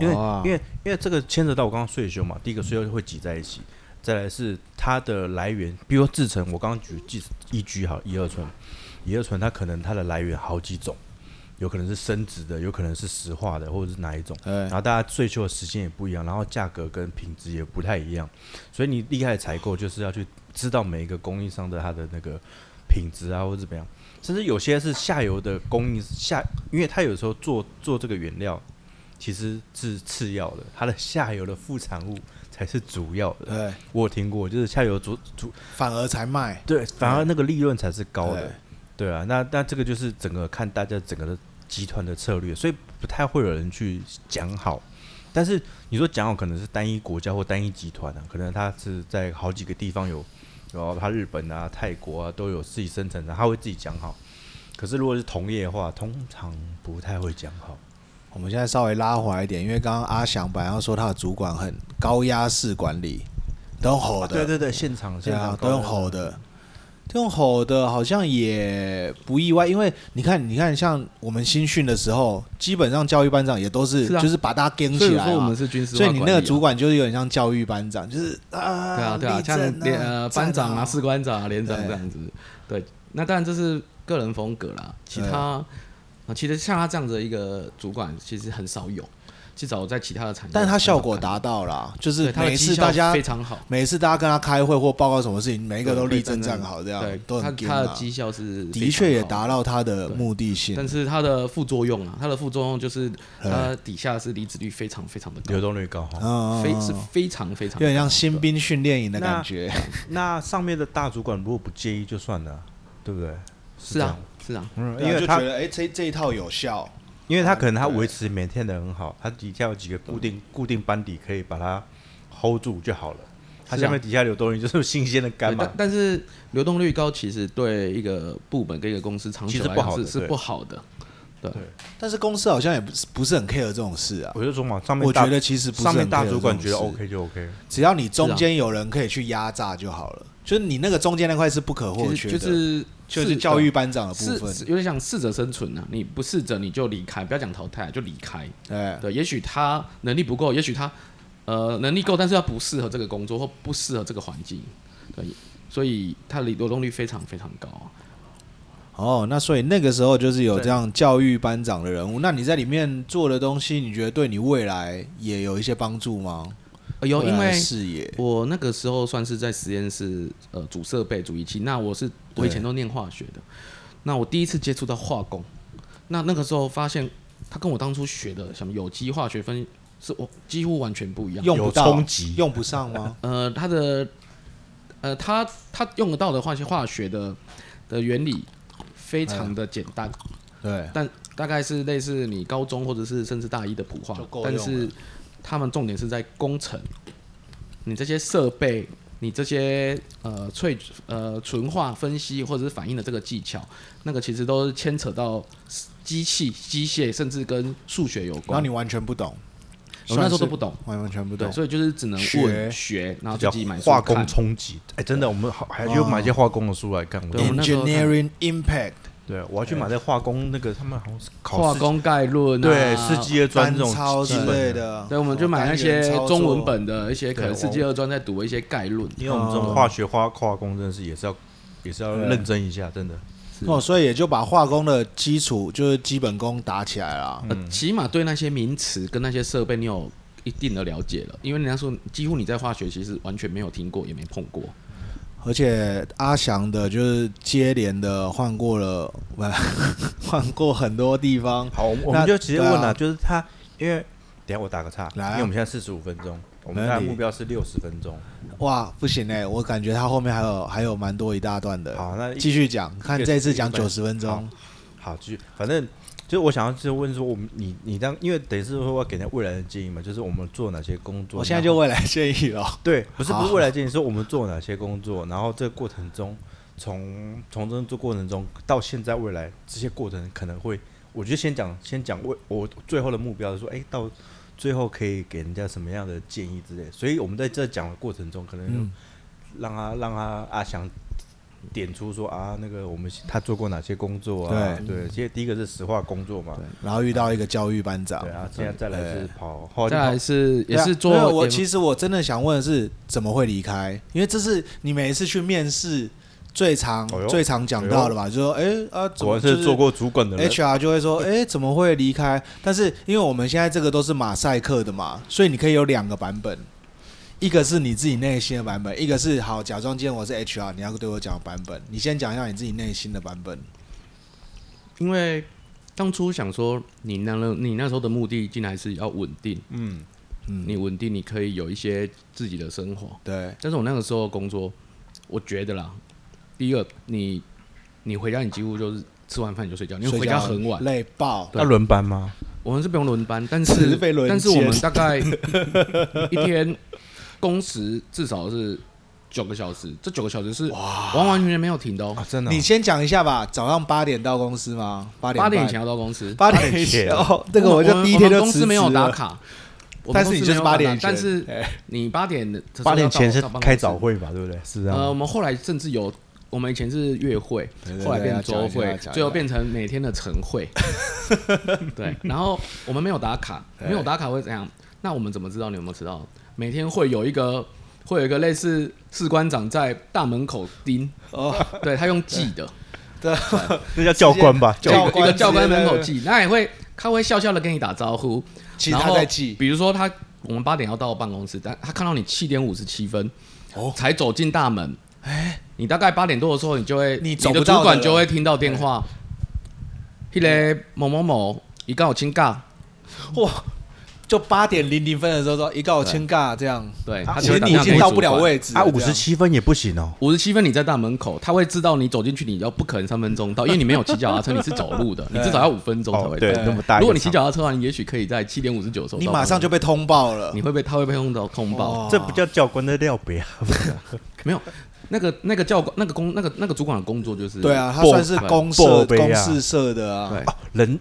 因为哎哇因为因为这个牵扯到我刚刚税修嘛，第一个税修会挤在一起，再来是它的来源，比如说制成，我刚刚举制一居好一二醇，一二醇它可能它的来源好几种，有可能是生质的，有可能是石化的，或者是哪一种。对然后大家追求的时间也不一样，然后价格跟品质也不太一样，所以你厉害的采购就是要去知道每一个供应商的它的那个品质啊，或者怎么样，甚至有些是下游的供应下，因为它有时候做做这个原料其实是次要的，它的下游的副产物才是主要的。对，我有听过，就是下游主主反而才卖。对，反而那个利润才是高的对。对啊，那那这个就是整个看大家整个的集团的策略，所以不太会有人去讲好。但是你说讲好，可能是单一国家或单一集团啊，可能它是在好几个地方有，然后它日本啊、泰国啊都有自己生产的，他会自己讲好。可是如果是同业的话，通常不太会讲好。我们现在稍微拉回来一点，因为刚刚阿翔本来要说他的主管很高压式管理，都啊吼的，对对对，现场哦对现啊场，都用吼的，都用吼的，好像也不意外，因为你看，你看，像我们新训的时候，基本上教育班长也都是，是啊就是把大家跟所起以来说我嘛们。是军事化所以管理你啊、那个主管就是有点像教育班长，就是啊，对啊对啊，立像正连呃班长站啊、士官长啊、连长对这样子，对，那当然这是个人风格啦，其他啊其实像他这样子的一个主管其实很少有，至少在其他的产业，但他效果达到了，就是对他的每绩次效大家非常好，每次大家跟他开会或报告什么事情，每一个都对立正对站好，这样对，都他很跟他的啊。绩效是非常的确也好达到他的目的性，但是它的副作用啊，它的副作用就是哎它底下是离子率非常非常的流高，动率高哈。嗯，非嗯是非常非常有点像新新兵训练营的感 觉。那上面的大主管如果不介意就算了，啊对不对？是啊是啊，这样吗，嗯，对啊因为就他觉得哎、这这一套有效，因为他可能他维持每天的很好，他底下有几个固定固定班底可以把它 hold 住就好了。他嗯是啊下面底下流动率就是新鲜的对干嘛但，但是流动率高其实对一个部门跟一个公司长其久实来不讲好的是是对不好的，但是公司好像也不是不是很 care 这种事啊。我就说嘛，上面我大觉得其实不是上面很大 care 主管这觉得种事 OK 就 OK，只要你中间有人可以去压榨就好了。就是你那个中间那块是不可或其缺实的，就是就是是教育班长的部是分是。有点像适者生存啊，你不适者你就离开，不要讲淘汰就离开。哎，对，也许他能力不够，也许他呃能力够，但是他不适合这个工作或不适合这个环境，对，所以他的流动率非常非常高啊。哦，那所以那个时候就是有这样教育班长的人物。那你在里面做的东西，你觉得对你未来也有一些帮助吗？呃有，未因来的为视野，我那个时候算是在实验室呃主设备主仪器，那我是我以前都念化学的，那我第一次接触到化工，那那个时候发现它跟我当初学的什么有机化学分是我几乎完全不一样。用不有到冲击，用不上 吗？呃，它的呃，它它用得到的化学化学的的原理非常的简单，对，但大概是类似你高中或者是甚至大一的普化就够，但用是他们重点是在工程，你这些设备，你这些呃萃呃纯化分析或者是反应的这个技巧，那个其实都是牵扯到机器、机械，甚至跟数学有然后关你。完全不懂，我那时候算是都不懂，完完全不懂对，。所以就是只能学问学，然后叫自己买书化工看哦冲击。哎，真的，我们好还要去买一些化工的书来看。我对我们那时候看 Engineering impact 对，我要去买那化工那个，他们好像是考化试工概论、啊，对世纪二专单这种操基之本类的。的，哦对，我们就买那些单元操作中文，本的一些可能对世纪二专在读的一些概论，因为我们哦这种化学化化工真的是也是要也是要对认真一下，真的。哦，所以也就把化工的基础就是基本功打起来了。呃，起码对那些名词跟那些设备你有一定的了解了，因为人家说几乎你在化学其实完全没有听过也没碰过，哦而且阿翔的就是接连的换过了， 不换过很多地方。好，我们我那们就直接问对啊了，就是他，因为等一下我打个岔，因来啊为我们现在四十五分钟，我们现没在问题目标是六十分钟。哇，不行哎、我感觉他后面还有还有蛮多一大段的。好，那呃继续讲，看这次讲一个九十分钟。好，继续，反正就是我想要就是问说，我们你你当，因为等于是说我要给人家未来的建议嘛，就是我们做哪些工作。我现然在后就未来 建议了。对， 不是不好是未来建议，是我们做哪些工作，然后这个过程中，从从这做过程中到现在未来这些过程可能会，我就先讲先讲为我最后的目标是说，哎，到最后可以给人家什么样的建议之类的，所以我们在这讲的过程中，可能嗯就让他让他阿翔。点出说啊，那个我们他做过哪些工作啊？对嗯对，其实第一个是石化工作嘛，然后遇到一个教育班长对，啊，现在再来是对跑，后再来是对也啊是没有做我研其实我真的想问的是，怎么会离开？因为这是你每一次去面试最常、哎呦最常讲到的吧？就说，哎、啊，怎果么然就是做过主管的人， HR 就会说，哎、怎么会离开？但是因为我们现在这个都是马赛克的嘛，所以你可以有两个版本，一个是你自己内心的版本，一个是好假装今天我是 HR，你要对我讲的版本。你先讲一下你自己内心的版本。因为当初想说你那了你那时候的目的进来是要稳定，嗯，嗯，你稳定你可以有一些自己的生活，对，但是我那个时候工作，我觉得啦，第一个你你回家你几乎就是吃完饭你就睡觉，你睡回觉家很晚，累爆。对要轮班吗？我们是不用轮班，但只是是被轮 但是我们奸大概一天工时至少是九个小时，这九个小时是完完全全没有停的哦啊，，真的哦、你先讲一下吧，早上八点到公司吗？八点八半点以前，要到公司。八八点点前哦，这个我们就第一天就我们公辞司没有职了打，卡，我们但是公司你就是没有打八卡点前，但是哎你八点的八点前是到办公室开早会吧，对不对？是这样吗。呃，我们后来甚至有，我们以前是月会啊对对，对后来变要周讲一下会要讲一下，最后变成每天的晨 会。对，然后我们没有打卡，对没有打卡会怎样？那我们怎么知道你有没有迟到？每天会有一个，会有一个类似士官长在大门口 盯， 哦，对他用记的， 对，那叫教官吧，直接教官教一个官教直官接在门口那记，那也会他会笑笑的跟你打招呼，其实然他后在记，比如说他，我们八点要到办公室，但他看到你七点五十七分，哦才走进大门，哎，你大概八点多的时候，你就会，你你找不的到的哎主管了就会听到电话，迄个某某某，一告请假，哇，就八点零零分的时候说一告我签尬这样，对，啊他其实你已经到不了。位置啊，五十七分也不行哦。五十七分，你在大门口，他会知道你走进去，你要不可能三分 钟到，因为你没有骑脚踏车，你是走路的，你至少要五分钟才哦，会对到。对，那么大一个厂。如果你骑脚踏车的话，你也许可以在七点五十九的时候你到办公室，马上就被哦通报了你，会被他会被通到通报，哇这不叫教官的料 别啊！ 没有，那个那个教官、那个工、那个那个主管的工作就是对啊，他报算是对公报社备公啊事社的啊，对哦，人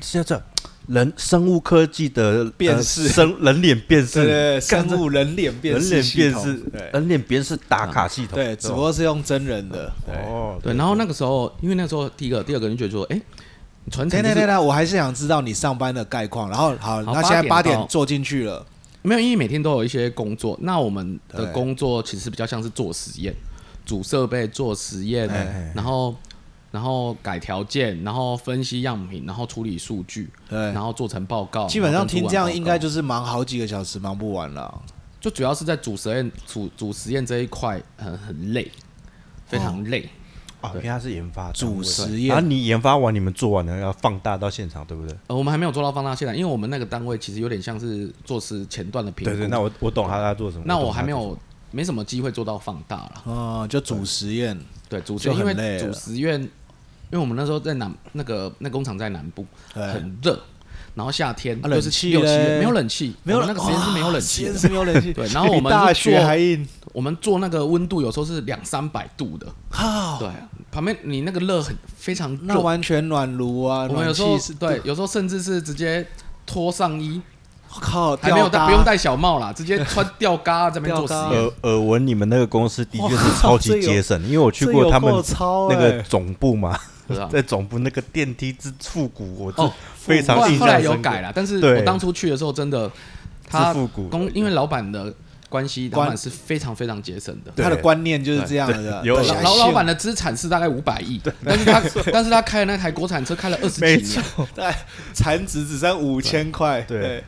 现在这样人生物科技的呃辨识生人脸辨识，对对，对干生物人脸辨人识脸系辨统，识对，啊人脸辨识打卡系统，对，只不过是用真人的，对。哦，对。然后那个时候，因为那时候第一个、第二个人觉得说，哎，传承等就等等是等，我还是想知道你上班的概况。然后好，好那现在八八点点到坐进去了，没有，因为每天都有一些工作。那我们的对工作其实比较像是做实验，主设备做实验啊哎哎，然后然后改条件，然后分析样品，然后处理数据，对然，后做成报告。基本上然后跟听主管这样应该报告就是忙好几个小时，忙不完了。就主要是在主实验、主主实验这一块很很累，非常累。哦，因为它是研发单位主实然后验，你研发完，你们做完了要放大到现场，对不对？呃，我们还没有做到放大现场，因为我们那个单位其实有点像是做事前段的评估。对对，那我我懂他在做什么。那我懂他还没做什么，有没什么机会做到放大了。嗯，就主实验，对，主持就因很累为了主持院，因为我们那时候在南那个那工厂在南部，对很热，然后夏天啊就冷是气七六七嘞月没有冷气，没有我们那个实验室没有冷哇气实验的。室没有冷气。对然后我们比 大是做学还硬，我们做那个温度有时候是两三百度的，靠，对，旁边你那个热很非常哦那热，完全暖炉啊，我们有暖时候气是，对，有时候甚至是直接脱上衣，靠，还没吊有戴搭不用戴小帽啦，直接 穿吊嘎在那边做吊实嘎验。耳耳闻你们那个公司的确是超哇级这有节省，因为我去过他们那欸个总部嘛是啊， 在总部那个电梯之复古，我哦是非常后来印后来象有深刻改。了，但是对我当初去的时候，真的他复古公，因为老板的关系，关老板是非常非常节省的。对他的观念就是这样的。对有对老老老板 的资产是大概五百亿，但是他但是他开的那台国产车开了二十没几年，大概产值只剩五千块，对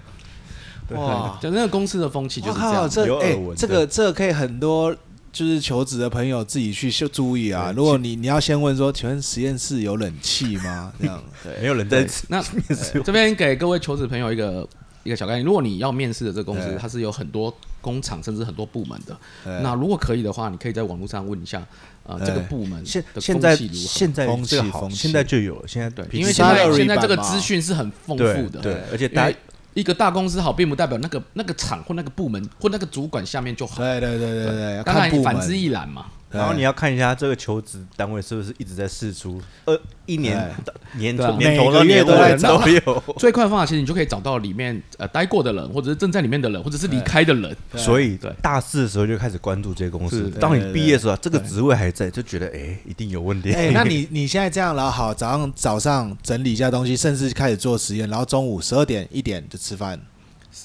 对，哇，就那个公司的风气就是这哇靠样。这有哎、耳闻这个这个可以很多就是求职的朋友自己去注意啊。对如果你你要先问说，请问实验室有冷气吗？这 样没对，有人在那呃面试这边给各位求职朋友一个一个小概念，如果你要面试的这个公司对，它是有很多工厂甚至很多部门的。对那如果可以的话，你可以在网络上问一下，呃，对这个部门现的现风在气如何？现在风这个气好，风气现在就有了，现在对，比因为起现在 salary 现在这个版嘛资讯是很丰对富的，对，而且因大为一个大公司好，并不代表那个那个厂或那个部门或那个主管下面就好。对对对对对，要当看然，部反门之亦然嘛。然后你要看一下这个求职单位是不是一直在试出，呃，一年年对啊头年头每个到年月都在尾找都有，最快的方法，其实你就可以找到里面呃待过的人，或者是正在里面的人，或者是离开的人。对所以对大四的时候就开始关注这些公司是。当对你对毕业的时候，这个职位还在，就觉得哎，一定有问题。哎、 那你你现在这样，然后好，早上早上整理一下东西，甚至开始做实验，然后中午十二点一点就吃饭，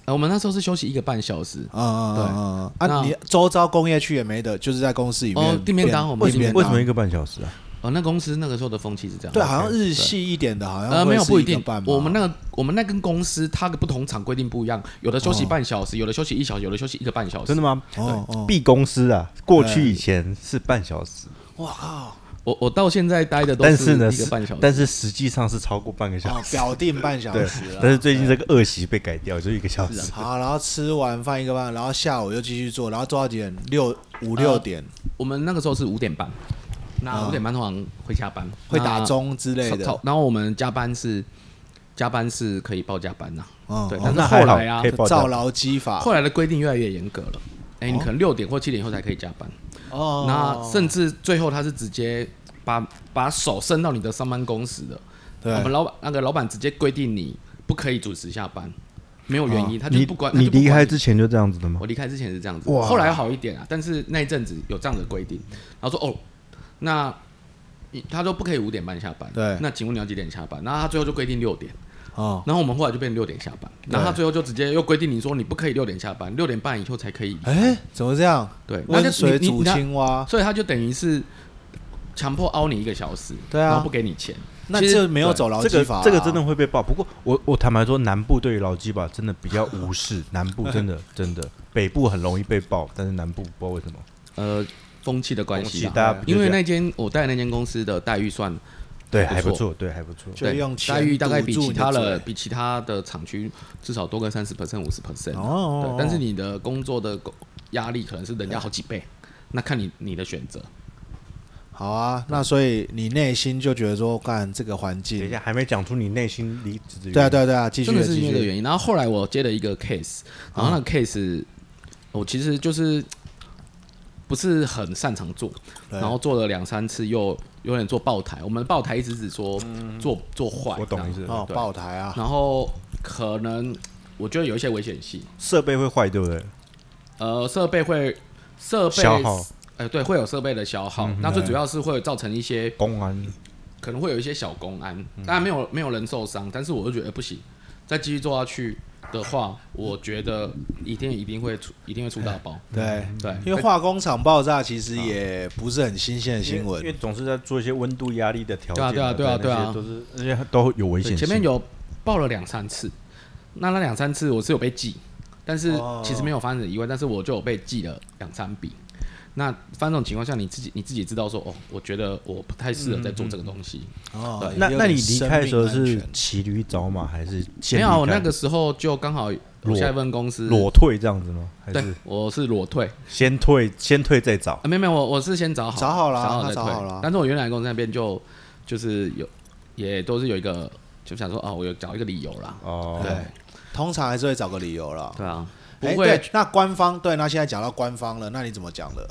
呃，我们那时候是休息一个半小时。嗯嗯嗯嗯，啊，那你周遭工业区也没得，就是在公司里面哦订便当我们 为什为么什么订便为什么一个半小时啊？呃，那公司那个时候的风气是这样。对，好像日系一点的，好像呃，会没有是不一个定半。嘛我们那个我们那跟公司它的不同厂规定不一样，有的休息半小时，有的休息一小时，有的休息一个半小时。真的吗哦哦？B 公司啊，过去以前是半小时，哇靠，我我到现在待的都但是是呢，一个是半小时。但是实际上是超过半个小哦，时。表定半小对时，了。但是最近这个恶习被改掉，就一个小时。 好，然后吃完饭一个半，然后下午又继续做，然后做到几点？六五呃六点、我们那个时候是五点半，那啊五点半通常会下班，会打那钟之类超的超。然后我们加班是加班是可以报加班呐、嗯，对哦但是那还好后来啊可以报照价。劳基法后来的规定越来越严格了，哎、你可能六点或七点以后才可以加班。哦，那甚至最后他是直接把把手伸到你的上班公室的，我们对，老板那个老板直接规定你不可以准时下班，没有哦原因，他就你不管你离开之之前就这样子的吗我？离开之前是这样子，哇后来好一点啊，但是那一阵子有这样的规定，然后说哦，那你他说不可以五点半下班，对那请问你要几点下班？然后他最后就规定六点，哦，然后我们后来就变六点下班，然后他对最后就直接又规定你说你不可以六点下班，六点半以后才可以离开，哎，怎么这样？对，那就温水你你煮那青蛙，所以他就等于是强迫凹你一个小时，对啊然后不给你钱，那其实这没有走劳这基个法啊，这个真的会被爆。不过我我坦白说，南部对于劳基法真的比较无视， 南部真 的真的，北部很容易被爆，但是南部不知道为什么。呃，风气的关风系气啦，大家因就这为样那间我带的那间公司的待遇算对不还不错错，对还不错。就对用，钱待遇大概比堵住其他你的的嘴比其他的厂区至少多个三十 percent 五十 percent 哦对哦，，但是你的工作的工压力可能是人家好几倍，那看你你的选择。好啊，那所以你内心就觉得说，干这个环境等一，下还没讲出你内心离职的原因对啊，对啊，对啊，继续真的是继因为这个续，嗯原因。然后后来我接了一个 case，然后那个 case 我其实就是不是很擅长做，对然后做了两三次又有点做爆台。我们爆台一直只说嗯做做坏，我这懂样意思。哦，对爆台啊，然后可能我觉得有一些危险性，设备会坏，对不对？呃，设备会设备消耗。嗯呃，对，会有设备的消耗，那最主要是会造成一些公安可能会有一些小公安，嗯当然没有没有人受伤，但是我就觉得、呃不行，再继续做下去的话，我觉得一定一定会出一定会出大包。对，哎对，因为化工厂爆炸其啊实也不是很新鲜的新因为因为闻，总是在做一些温度压力的调节嘛。对啊对啊对啊那些都是那些都有危险对性。前面有报了两三次，那那两三次我是有被记，但是哦其实没有发生意外，但是我就有被记了两三笔。那发生这种情况下，你自己你自己知道说，哦，我觉得我不太适合在做这个东西。哦，那也有那你点离开的时候生命安是全骑驴找马还是先没有啊，我离开那个时候就刚好我裸下一份公司裸，退这样子吗？还对是，我是裸退。先退先退再找啊？，没有没有，我我是先找好，找好了找好再他找退好了但是我原来公司那边就就是有，也都是有一个，就想说哦，我有找一个理由啦。哦，对通常还是会找个理由啦。对啊，不哎，会对，那官方对，那现在讲到官方了，那你怎么讲的？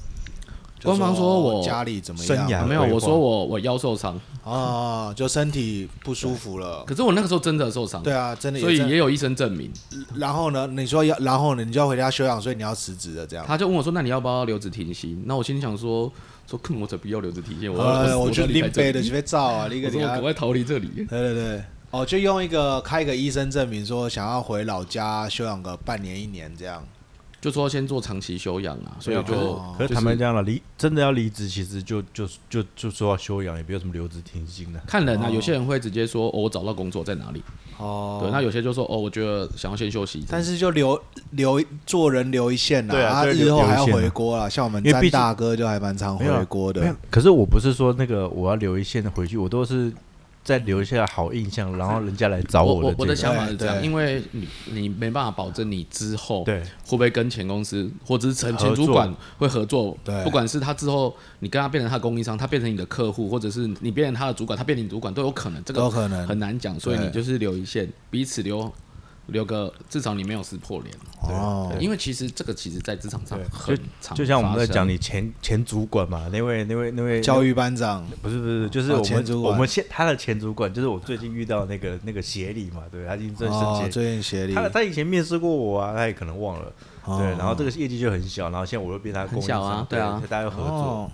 就官方说我家里怎么生样涯啊没有，规划我说我我腰受伤，哦，就身体不舒服了。可是我那个时候真的受伤，对啊，真的嗯所也以真。也有医生证明，然后呢？你说要，然后呢？你就要回家休养，所以你要辞职的这样。他就问我说，那你要不要留职停薪？那我心里想说，说坑我才不要留职停薪，我呃，我我就离拎开这杯的里去被照 啊，那我个你说我要赶快逃离这里。对对对，哦，就用一个开一个医生证明，说想要回老家休养个半年一年这样。就说先做长期休养啊，所以对啊我就哦可就是坦白讲了，离真的要离职，其实就就就就说要休养，也没有什么留职停薪的。看人啊，哦有些人会直接说哦，我找到工作在哪里，哦对，那有些就说哦，我觉得想要先休息一阵，但是就留留做人留一线啦，对啊对日后留一还要线啊回锅啦。像我们因为詹毕竟大哥就还蛮常没有啊回锅没有的。，可是我不是说那个我要留一线的回去，我都是在留下好印象，然后人家来找我的、我这个。我的想法是这样，对因为你你没办法保证你之后会对不会跟前公司或者是前合前作主管会合作对，不管是他之后你跟他变成他的供应商，他变成你的客户，或者是你变成他的主管，他变成你主管都有可能，这都个可能很难讲，所以对你就是留一线，彼此留留个至少你没有撕破脸，哦，因为其实这个其实在职场上对很常就像我们在发生讲你前前主管嘛，那位那位那位教育班长不是不啊是，就是哦我前们、主我管们现他的前主管，就是我最近遇到那个那个协理嘛，对，他已经正是哦，协理。最近协力他他以前面试过我啊，他也可能忘了，哦对，然后这个业绩就很小，然后现在我又变他的供应商很小啊对对啊所以大家又合作，哦，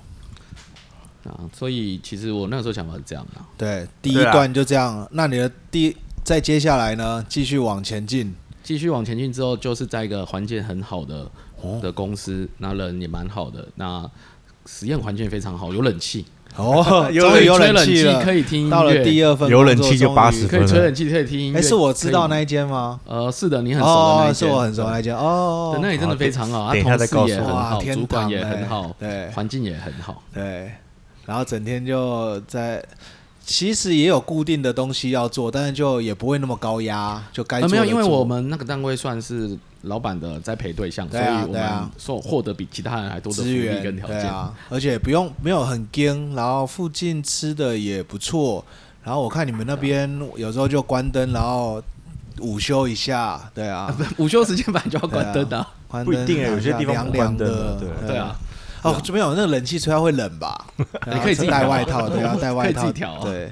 啊，所以其实我那时候想法是这样的，对，第一对啊段就这样。那你的第再接下来呢，继续往前进。继续往前进之后，就是在一个环境很好的哦的公司，那人也蛮好的，那实验环境非常好，有冷气，哦， 有终冷于有吹冷气了，可以听音乐，到了第二份有冷工作气就终于80可以吹冷气，可以听音乐。哎，是我知道可以那一间吗？呃，是的，你很熟的那一哦，间是我很熟的那一间哦对，那里真的非常好，好等一下他同再事告诉也我很哇好，天堂主管也很好，哎对环境也很好。对，然后整天就在，其实也有固定的东西要做，但是就也不会那么高压，就该呃，做的没做、有，因为我们那个单位算是老板的栽培对象，所对以啊对我们啊受获得比其他人还多的福资利源跟条对件。 啊，而且不用没有很惊，然后附近吃的也不错，然后我看你们那边有时候就关灯，然后午休一下，对啊，午休时间本来就要关灯的啊，关不一灯定欸躺有些下地方凉不关凉灯的的，对对啊，哦，这边有那个冷气吹，它会冷 吧？对啊你可以自己带调啊外套， 对，要带外套可以自己调啊对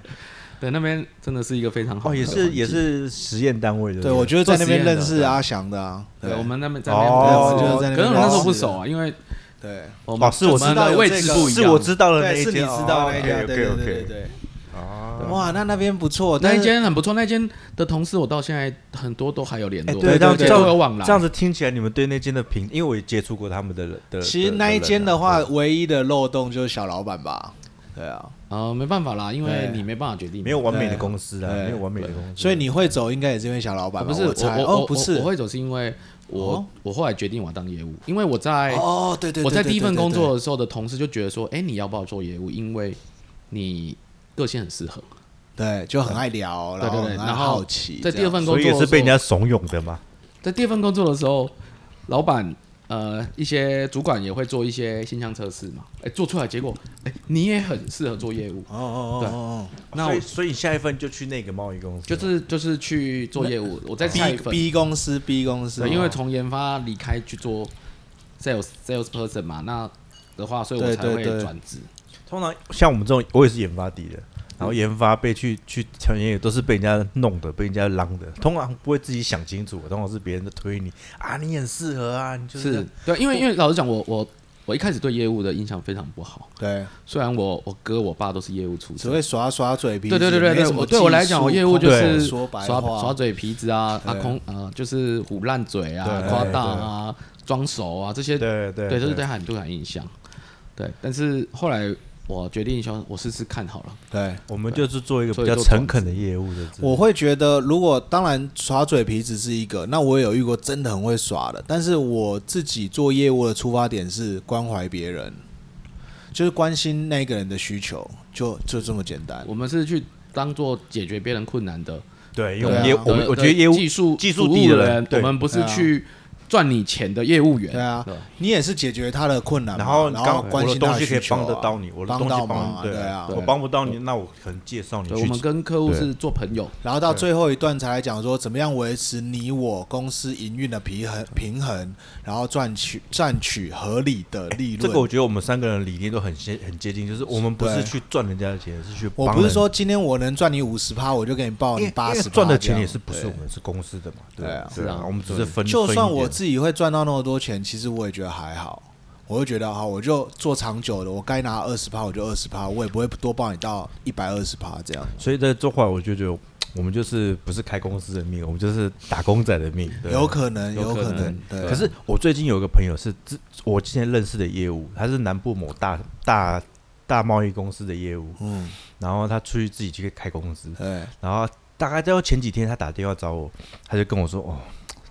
对，那边真的是一个非常哦，好的也是环境也。是实验单位的。对，我觉得在那边认做实识验的阿翔的啊，对，我们那边在那边哦认识就是在那边可是我们那时认候识不的熟啊，因为对我们哦，是我我知们道的有位这置个不一样，是我知道的那对，一是你间，知道那家，对 OK OK 对对对 OK。对。哦，哇，那那边不错，那哦但一是间很不错，那一间的同事我到现在很多都还有联哎，络，对这样对这都有样往来。这样子听起来，你们对那间的评，因为我也接触过他们的人啊的。其实那一间的话，唯一的漏洞就是小老板吧。对啊，呃，没办法啦，因为对你没办法决定。没有完美的公司啊，对没有完美的公司。所以你会走应该也是因为小老板啊吧？不是我猜我哦，我不我是我会走是因为我哦我后来决定我要当业务，因为我在哦，对对，对我在对第一份对对工对作的时候的同事就觉得说，哎，你要不要做业务？因为你个性很适合。对，就很爱聊，对对对，然后然很后好奇，在第二份工作所的以时也候是被人家怂恿的嘛。在第二份工作的时候，老板呃一些主管也会做一些形象测试嘛，哎、做出来结果，哎、你也很适合做业务，这样哦哦哦哦那所以我所以下一份就去那个贸易公司，就是就是去做业务，我在哦下一，B 份， B 公司 B 公司，哦对，因为从研发离开去做 sales sales person 嘛，那的话，所以我对才对会对转职。通常像我们这种，我也是研发底的，嗯然后研发被去去成也都是被人家弄的，被人家浪的，通常不会自己想清楚，通常是别人在推你啊，你很适合啊，你就是是对，因为因为老实讲，我我我一开始对业务的印象非常不好，对，虽然我我哥我爸都是业务出只身，会耍耍嘴皮子，对对对对没对，什么我对我来讲，技术我业务就空是口说白耍话耍嘴皮子啊，啊对空呃就是虎烂嘴啊、对夸大啊、装熟啊这些，对对对，都是对他很对他很印象。对，但是后来我决定说，我试试看好了。对。我们就是做一个所比以较做诚恳的业务的职我业。会觉得，如果当然耍嘴皮子是一个，那我也有遇过真的很会耍的，但是我自己做业务的出发点是关怀别人，就是关心那个人的需求，就就这么简单。我们是去当做解决别人困难的，对，因为我对啊们业，的我们我的觉得业务技术技术服务低的人人，我对们不是对啊去赚你钱的业务员。对啊，你也是解决他的困难嘛，然然后然刚关我的心他东西可以需求啊帮得到你，我的帮东西到帮忙你啊，对对啊。我帮不到你，那我可能介绍你对，我去们跟客户是做朋友。然后到最后一段才来讲说，怎么样维持你我公司营运的平衡平衡，然后赚取赚取合理的利润。这个我觉得我们三个人的理念都很接很接近，就是我们不是对去赚人家的钱，是去我帮不是人说今天我能赚你五十趴，我就给你报因你为八因为十，赚的钱也是不是我们是公司的嘛？对对啊对是啊我们只对是分。就分一算我点自己会赚到那么多钱，其实我也觉得还好。我就觉得哈，我就做长久的，我该拿二十趴我就二十趴，我也不会多报你到一百二十趴这样。所以在这块，我就觉得我们就是不是开公司的命，我们就是打工仔的命。对有可能，有可可能能，对。可是我最近有一个朋友是之我之前认识的业务，他是南部某大大大贸易公司的业务，嗯，然后他出去自己去开公司，对，然后大概到前几天，他打电话找我，他就跟我说：“哦，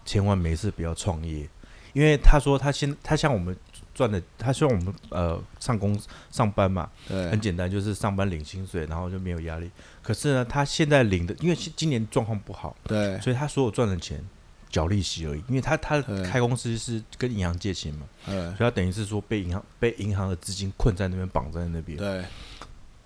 千万没事不要创业，因为他说他先他像我们赚的，他希望我们呃上工上班嘛，对很，简单，就是上班领薪水，然后就没有压力。可是呢，他现在领的，因为现今年状况不好，对，所以他所有赚的钱缴利息而已，因为他他对开公司是跟银行借钱嘛，对，所以他等于是说被银行被银行的资金困在那边绑在那边，对，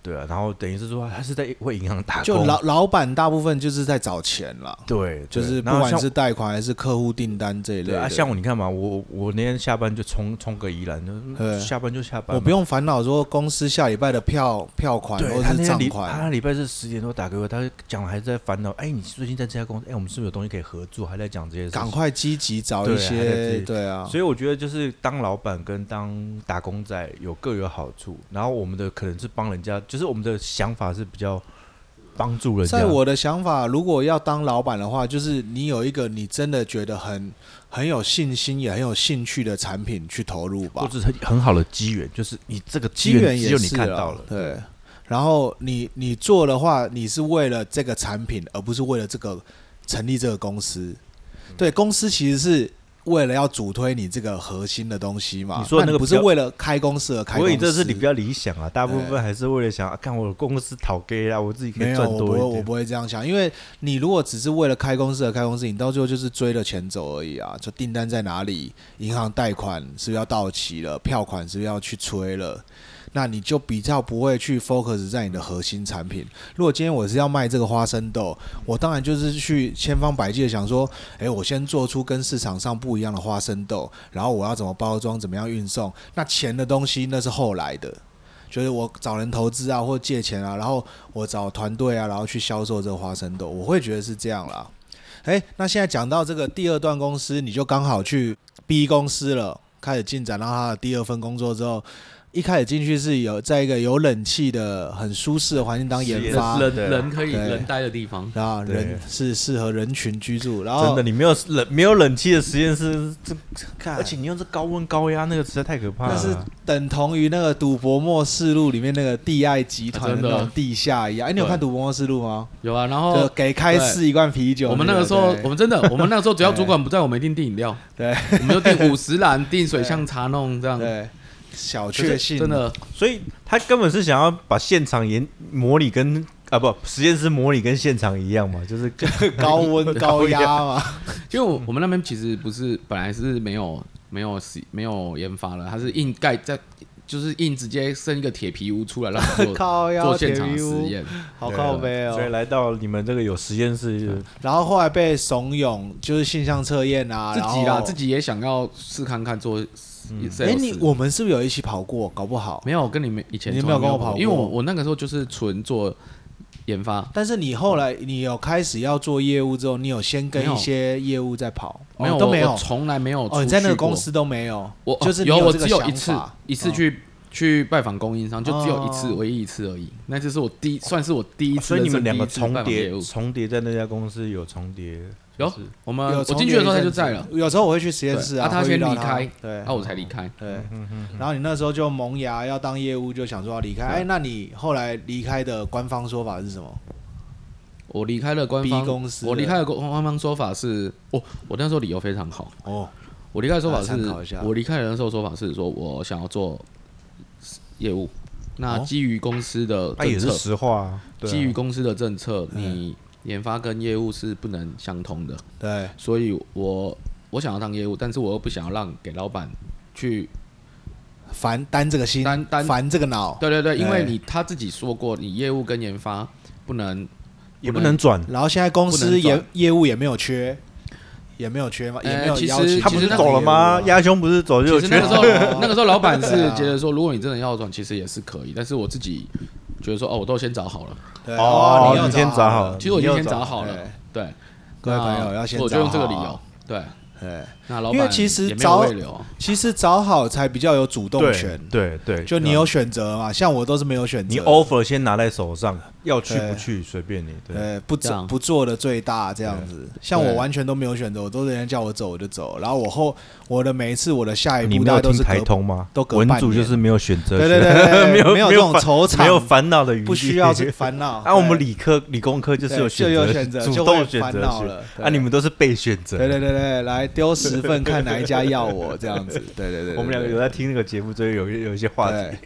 对啊，然后等于是说他是在为银行打工，就老老板大部分就是在找钱了，对，就对是不然后管像是贷款还是客户订单这一类对啊，的。像我你看嘛，我我那天下班就冲冲个宜兰，就嗯对下班就下班嘛，我不用烦恼说公司下礼拜的票票款对或他者那天是账礼他那款，礼拜是十点多打给我，他讲还是在烦恼，哎，你最近在这家公司，哎，我们是不是有东西可以合作？还在讲这些事赶情。快积极找对一还在自些己对啊，所以我觉得就是当老板跟当打工仔有各有好处，然后我们的可能是帮人家，就是我们的想法是比较帮助人家。在我的想啊法，如果要当老板的话，就是你有一个你真的觉得很很有信心也很有兴趣的产品去投入吧或。者是很很好的机缘，就是你这个机缘缘只也有你是看啊到了，对。然后你你做的话，你是为了这个产品，而不是为了这个成立这个公司。嗯对，公司其实是为了要主推你这个核心的东西嘛。你说的那个那不是比较为了开公司而开公所司。以这是你比较理想啊，大部对分还是为了想，啊看我的公司讨 gay 啦，我自己可没以有，赚我不多会，一我点。不会这样想，因为你如果只是为了开公司而开公司，你到最后就是追了钱走而已啊。就订单在哪里，银行贷款是不是要到期了，票款是不是要去催了？那你就比较不会去 focus 在你的核心产品。如果今天我是要卖这个花生豆，我当然就是去千方百计的想说，诶，哎我先做出跟市场上不一样的花生豆，然后我要怎么包装，怎么样运送。那钱的东西那是后来的，就是我找人投资啊，或借钱啊，然后我找团队啊，然后去销售这个花生豆，我会觉得是这样啦。诶，那现在讲到这个第二段公司，你就刚好去 B 公司了，开始进展到他的第二份工作之后。一开始进去是有在一个有冷气的很舒适的环境当研发，是人对啊人可以对人待的地方，啊，对人是适合人群居住，然真后的，你没有冷没有冷气的实验室，这看而且你用这高温高压，那个实在太可怕了。那是等同于那个《赌博末世录》里面那个地爱集团的啊真的那种地下一样。哎、你有对看《赌博末世录》吗？有啊。然就后给开四一罐啤酒。我们那个时候，对我们 真的，我们那个时候只要对主管不在，我们一定订饮料，对我们就订五十兰，订水象茶弄这样。对小嗯可是确幸真的，所以他根本是想要把现场演模拟跟啊不实验室模拟跟现场一样嘛，就是高 温高压嘛，因为我我们那边其实不是本来是没有没有使没有研发了，它是硬盖在，就是硬直接生一个铁皮屋出来让 你做靠腰做现铁场的皮实屋，验。好靠 背所以哦。来到你们这个有实验室，啊然后后来被怂恿，就是性向测验啊，自己然啦，后自。己也想要试看看做 sales。哎、你我们是不是有一起跑过？搞不好。没有跟你们以前你没从有来跟我跑跑因为过我我那个时候就是纯做研发，但是你后来你有开始要做业务之后，你有先跟没有一些业务在跑，没有哦、都没我有从来没有出哦，你在那个去过公，司都没有，我哦就是你有有我这个只有想一次法一次嗯去去拜访供应商，就只有一次，哦唯一一次而已。那就是我第一算是我第一次，所以你们人两生个第一次拜重访业叠务重叠在那家公司有重叠，有就是我们有我重进去叠的时候一他就阵子在了，，有时候我会去实验室啊，对啊他会遇先到离开对，哦啊我才离开。对。嗯哼，然后你那时候就萌芽要当业务，就想说要离开。哎，那你后来离开的官方说法是什么？我离开了官 B 方公司我离的开了官官方说法是，我我那时候理由非常好，哦，我离开的说法来参考一是下，我离开的那时候说法是说我想要做业务。那哦啊基于公司的那也政是策，实话啊，对啊基于公司的政策，你研发跟业务是不能相通的。对，所以我我想要当业务，但是我又不想要让给老板去烦担这个心，担担。烦这个脑，对对对，因为对你他自己说过，你业务跟研发不能也不能转，然后现在公不能司转也业务也没有缺，也没有缺嘛，呃也没有其实邀请。他不其是实那个走了吗？业务啊鸭兄不是走就其有实那个时缺候哦， 那个时候老板是对啊觉得说，如果你真的要转，其实也是可以。但是我自己觉得说，哦，我都先找好了。对哦要你先找找好了其实我已你经要先找找好了。对，各位朋友那要先我就用找这个理好由。对，对，那老因为板其实也没有找未留啊。其实找好才比较有主动权，对对，啊就你有选择嘛，像我都是没有选择。你哦 offer 先拿在手上，要去对不去随便你，对，啊呃，不这走样不做的最大这样子，像我对完全都没有选择，我都是人家叫我走我就走，然后我后我的每一次我的下一你步没大有家都听是台隔 通吗？都隔文半主就年是没有选择对权，对对对对 没有没有没这有种烦惆怅没有烦恼的余地，不需要这个烦恼。啊，我们哦对理科理工科就是有选对就择，有选择主就动会选烦择恼权了对啊，你们都是被选择。对对对对，来丢十份看哪一家 要我这样子，对对对对，我们两个有在听那个节目，所以有一有一些话题。对。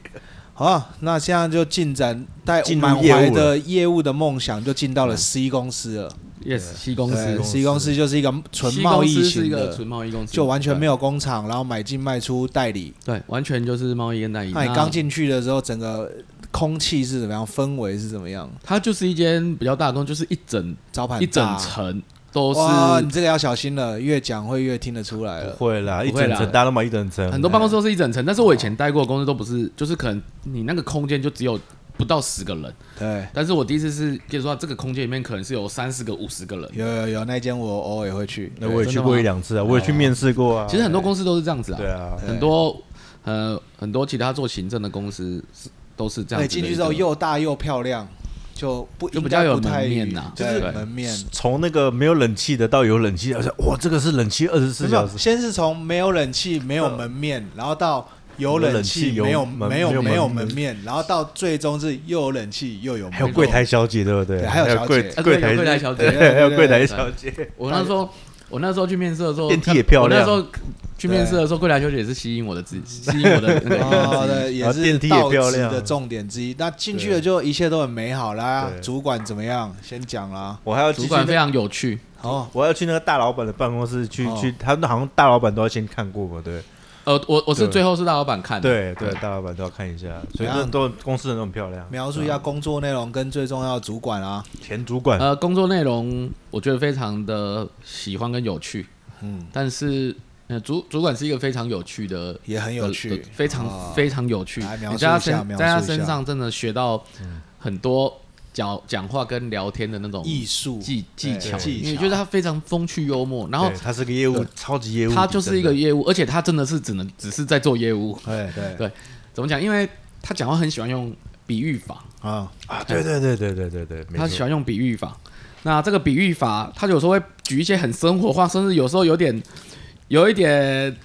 好，那现在就进展带进入满业怀务的业务的梦想，就进到了嗯 C 公司了。 Yes，西公司对公司 C 公司就是一个纯西贸公易司是型一个的纯，贸易公司，就完全对没有工厂，然后买进卖出代理。对，完全就是贸易跟代理。那你刚，进去的时候，整个空气是怎么样？氛围是怎么样？它就是一间比较大的公司，就是一整招牌一整层都哇，你是这个要小心了，越讲会越听得出来不了。会啦，一不会整啦层大家都买一整层，很多办公室都是一整层，但是我以前待过的公司都不是，就是可能你那个空间就只有不到十个人，对，但是我第一次是跟你说这个空间里面可能是有三四个、五十个人。有有有，那间我偶尔也会去。那我也对去真的过吗一两次啊，我也去面试过啊。其实很多公司都是这样子啊，对啊，对很多呃很多其他做行政的公司是都是这样对，哎子的一进个。去之后又大又漂亮，就不就比较有应该不太门面呐对就是门面。从那个没有冷气的到有冷气的，而且哇，这个是冷气二十四没有小时，先是从没有冷气、没有门嗯面，然后到有冷气、有冷气没有有门没有没没有有门门面，然后到最终是又有冷气又有门还有柜台小姐，对不对？对还有小姐柜啊对柜有柜台台小姐对对对还有对柜对台对小姐，我那时候，我那时候去面试的时候，电梯也漂亮我那时候去面试的时候，柜台小姐也是吸引我的自，吸引我的 那个眼光。哦，对，也然后是电梯也到职漂亮的重点之一。那进去了就一切都很美好啦。对主管怎么样？先讲啦。我还要主继续管非常有趣，哦，我要去那个大老板的办公室去哦去，他们好像大老板都要先看过嘛，对不对。呃，我我是对最后是大老板看的，嗯对对，大老板都要看一下，所以怎那样都公司人都很漂亮。描述一下工作内容跟最重要的主管啊，前主管，呃，工作内容我觉得非常的喜欢跟有趣，嗯，但是呃，主主管是一个非常有趣的，也很有的趣的，非常啊非常有趣。来描你述在他一下身描在他述一身下上真的学到嗯很多讲讲话跟聊天的那种艺术技技对巧，技你巧觉得他非常风趣幽默，然后对他是个业务，超级业务，他就是一个真的业务，而且他真的是只能只是在做业务，对对对怎么讲？因为他讲话很喜欢用比喻法，啊，啊，对对对对对对对，没他错喜欢用比喻法。那这个比喻法，他有时候会举一些很生活化，甚至有时候有点，有一点，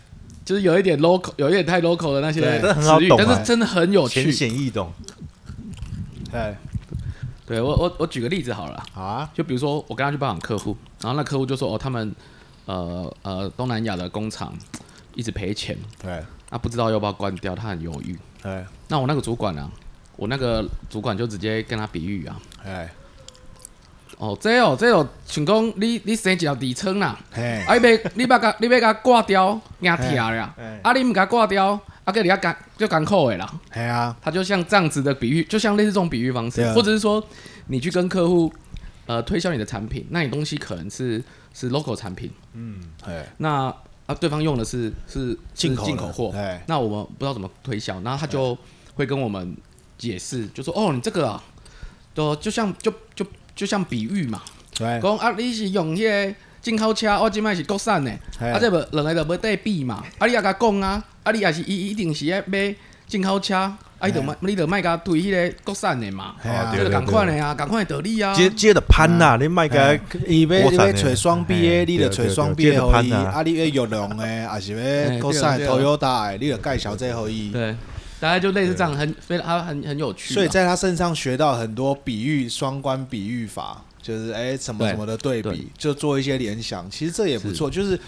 就是有一点 local，有一点太 local 的那些对但很好词语，懂但哎是真的很有浅趣。显易懂，对，对我，我我举个例子好了，好啊，就比如说我跟他去拜访客户，然后那客户就说哦，他们呃呃东南亚的工厂一直赔钱，对啊不知道要不要关掉，他很犹豫。对那我那个主管啊，我那个主管就直接跟他比喻啊，对，哦，这哦这哦，想讲你你生一条底层啦，嘿，啊你要你要甲你要甲挂掉，惊疼啦哎，啊你唔甲挂掉，啊个你要干就干苦的啦。嘿啊，他就像这样子的比喻，就像类似这种比喻方式对，啊或者是说你去跟客户呃推销你的产品，那你东西可能是是 local 产品，嘿，那啊对方用的是是进口是的哎进口货，对那我们不知道怎么推销，那他就会跟我们解释，就说哦，你这个啊，都就像就就就像比喻嘛，对，讲啊你是用迄个进口车，我即摆是国产的，嘿啊这无两个就无对比嘛，啊你也甲讲啊，啊你也是伊一定是要买进口车，啊你哎就卖你就卖甲对迄个国产的嘛，嘿哦啊这对个对共款的啊，共款的道理啊，接接着攀呐，你卖哎个伊要国伊产的要找双 B 嘿 A，你对就找对对双 B 接 A 着互攀伊，呐啊，你要用量的，还是嘿要国产对的啊对 Toyota 的，你就介绍这互伊。对，大概就类似这样，很非常很很有趣啊，所以在他身上学到很多比喻、双关比喻法，就是哎、什么对什么的对对嗯比，就做一些联想。其实这也不错，就是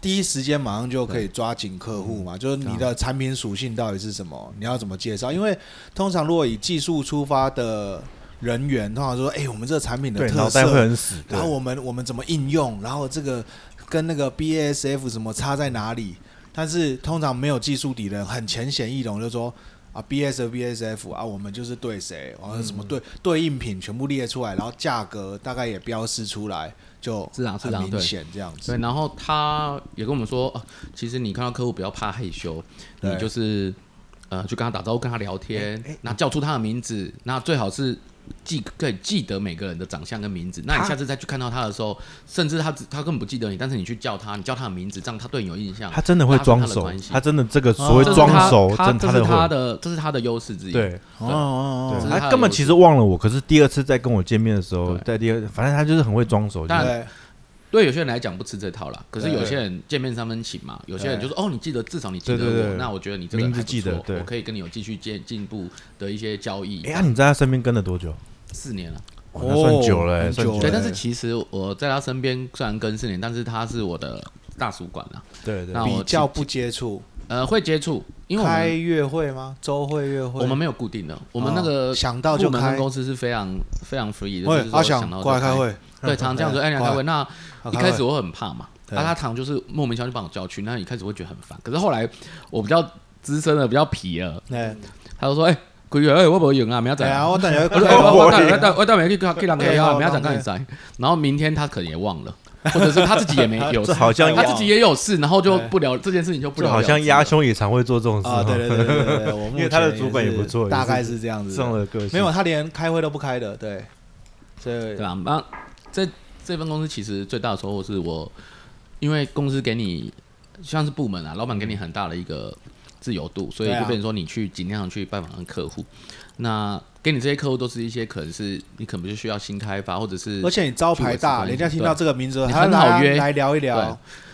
第一时间马上就可以抓紧客户嘛，就是你的产品属性到底是什么，你要怎么介绍？因为通常如果以技术出发的人员，通常说哎、我们这个产品的对，特脑袋会色，很死，对然后我们我们怎么应用，然后这个跟那个 BASF 什么差在哪里？但是通常没有技术底的人很浅显易懂，就说啊 BS BSF 啊，我们就是对谁，然后什嗯么对、对应品全部列出来，然后价格大概也标示出来，就是啊是很啊明对显这样对，子。然后他也跟我们说，啊、其实你看到客户不要怕害羞，对你就是呃，去跟他打招呼，跟他聊天，那叫出他的名字，那最好是记可以记得每个人的长相跟名字。那你下次再去看到他的时候，甚至他只他根本不记得你，但是你去叫他，你叫他的名字，这样他对你有印象。他真的会拉近装他的熟关，系哦他真的这个所谓这是装他熟，他真这他是的他会，的这是他的优势之一。对。哦哦对这哦，是他他的根本优势其实忘了我，可是第二次再跟我见面的时候，对在第二，反正他就是很会装熟，就当然是对对有些人来讲不吃这套啦，可是对有些人见面三分情嘛，有些人就是哦，你记得至少你记得我，对对对那我觉得你这个名还字不记得错对我可以跟你有继续进进步的一些交易。哎呀，你在他身边跟了多久？四年了，哇那算久了哦哎很算久久了对，了但是其实我在他身边虽然跟四年，但是他是我的大主管啦，对对那我比较不接触，呃，会接触，因为我开们月会吗？周会月会？我们没有固定的，我们那哦个想到就部门跟开公司是非常非常 free 的，喂就是说阿想翔到就过来开开，会，对，常常这样说，哎，哎你来开过来会，那啊一开开会始我很怕嘛，对那、他常就是莫名其妙就把我叫去，那一开始会觉得很烦。可是后来我比较资深了，比较皮了，哎，他就说：“哎、欸，开会、欸、我无用啊，明仔哎载呀，啊。我等下我会说开欸会我我等下我等我等下去去去人家对啊，啊明仔载跟你在。然后明天他可能也忘了，或者是他自己也没有这事，好像他自己也有事，然后就对不聊这件事情，就不就聊了好之了。像鸭兄也常会做这 种事啊，哦，对对对对对 对，我目因为他的前主管也是不错也大是概是这样子这的样。的个性没有，啊他连开会都不开的，对，所以对啊，那这这份公司其实最大的收获是我，因为公司给你像是部门啊，老板给你很大的一个自由度，所以对啊就变成说你去尽量去拜访客户。那给你这些客户都是一些可能是你可能就需要新开发，或者是而且你招牌大，去维持关系人家听到这个名字，你还要很好来约来聊一聊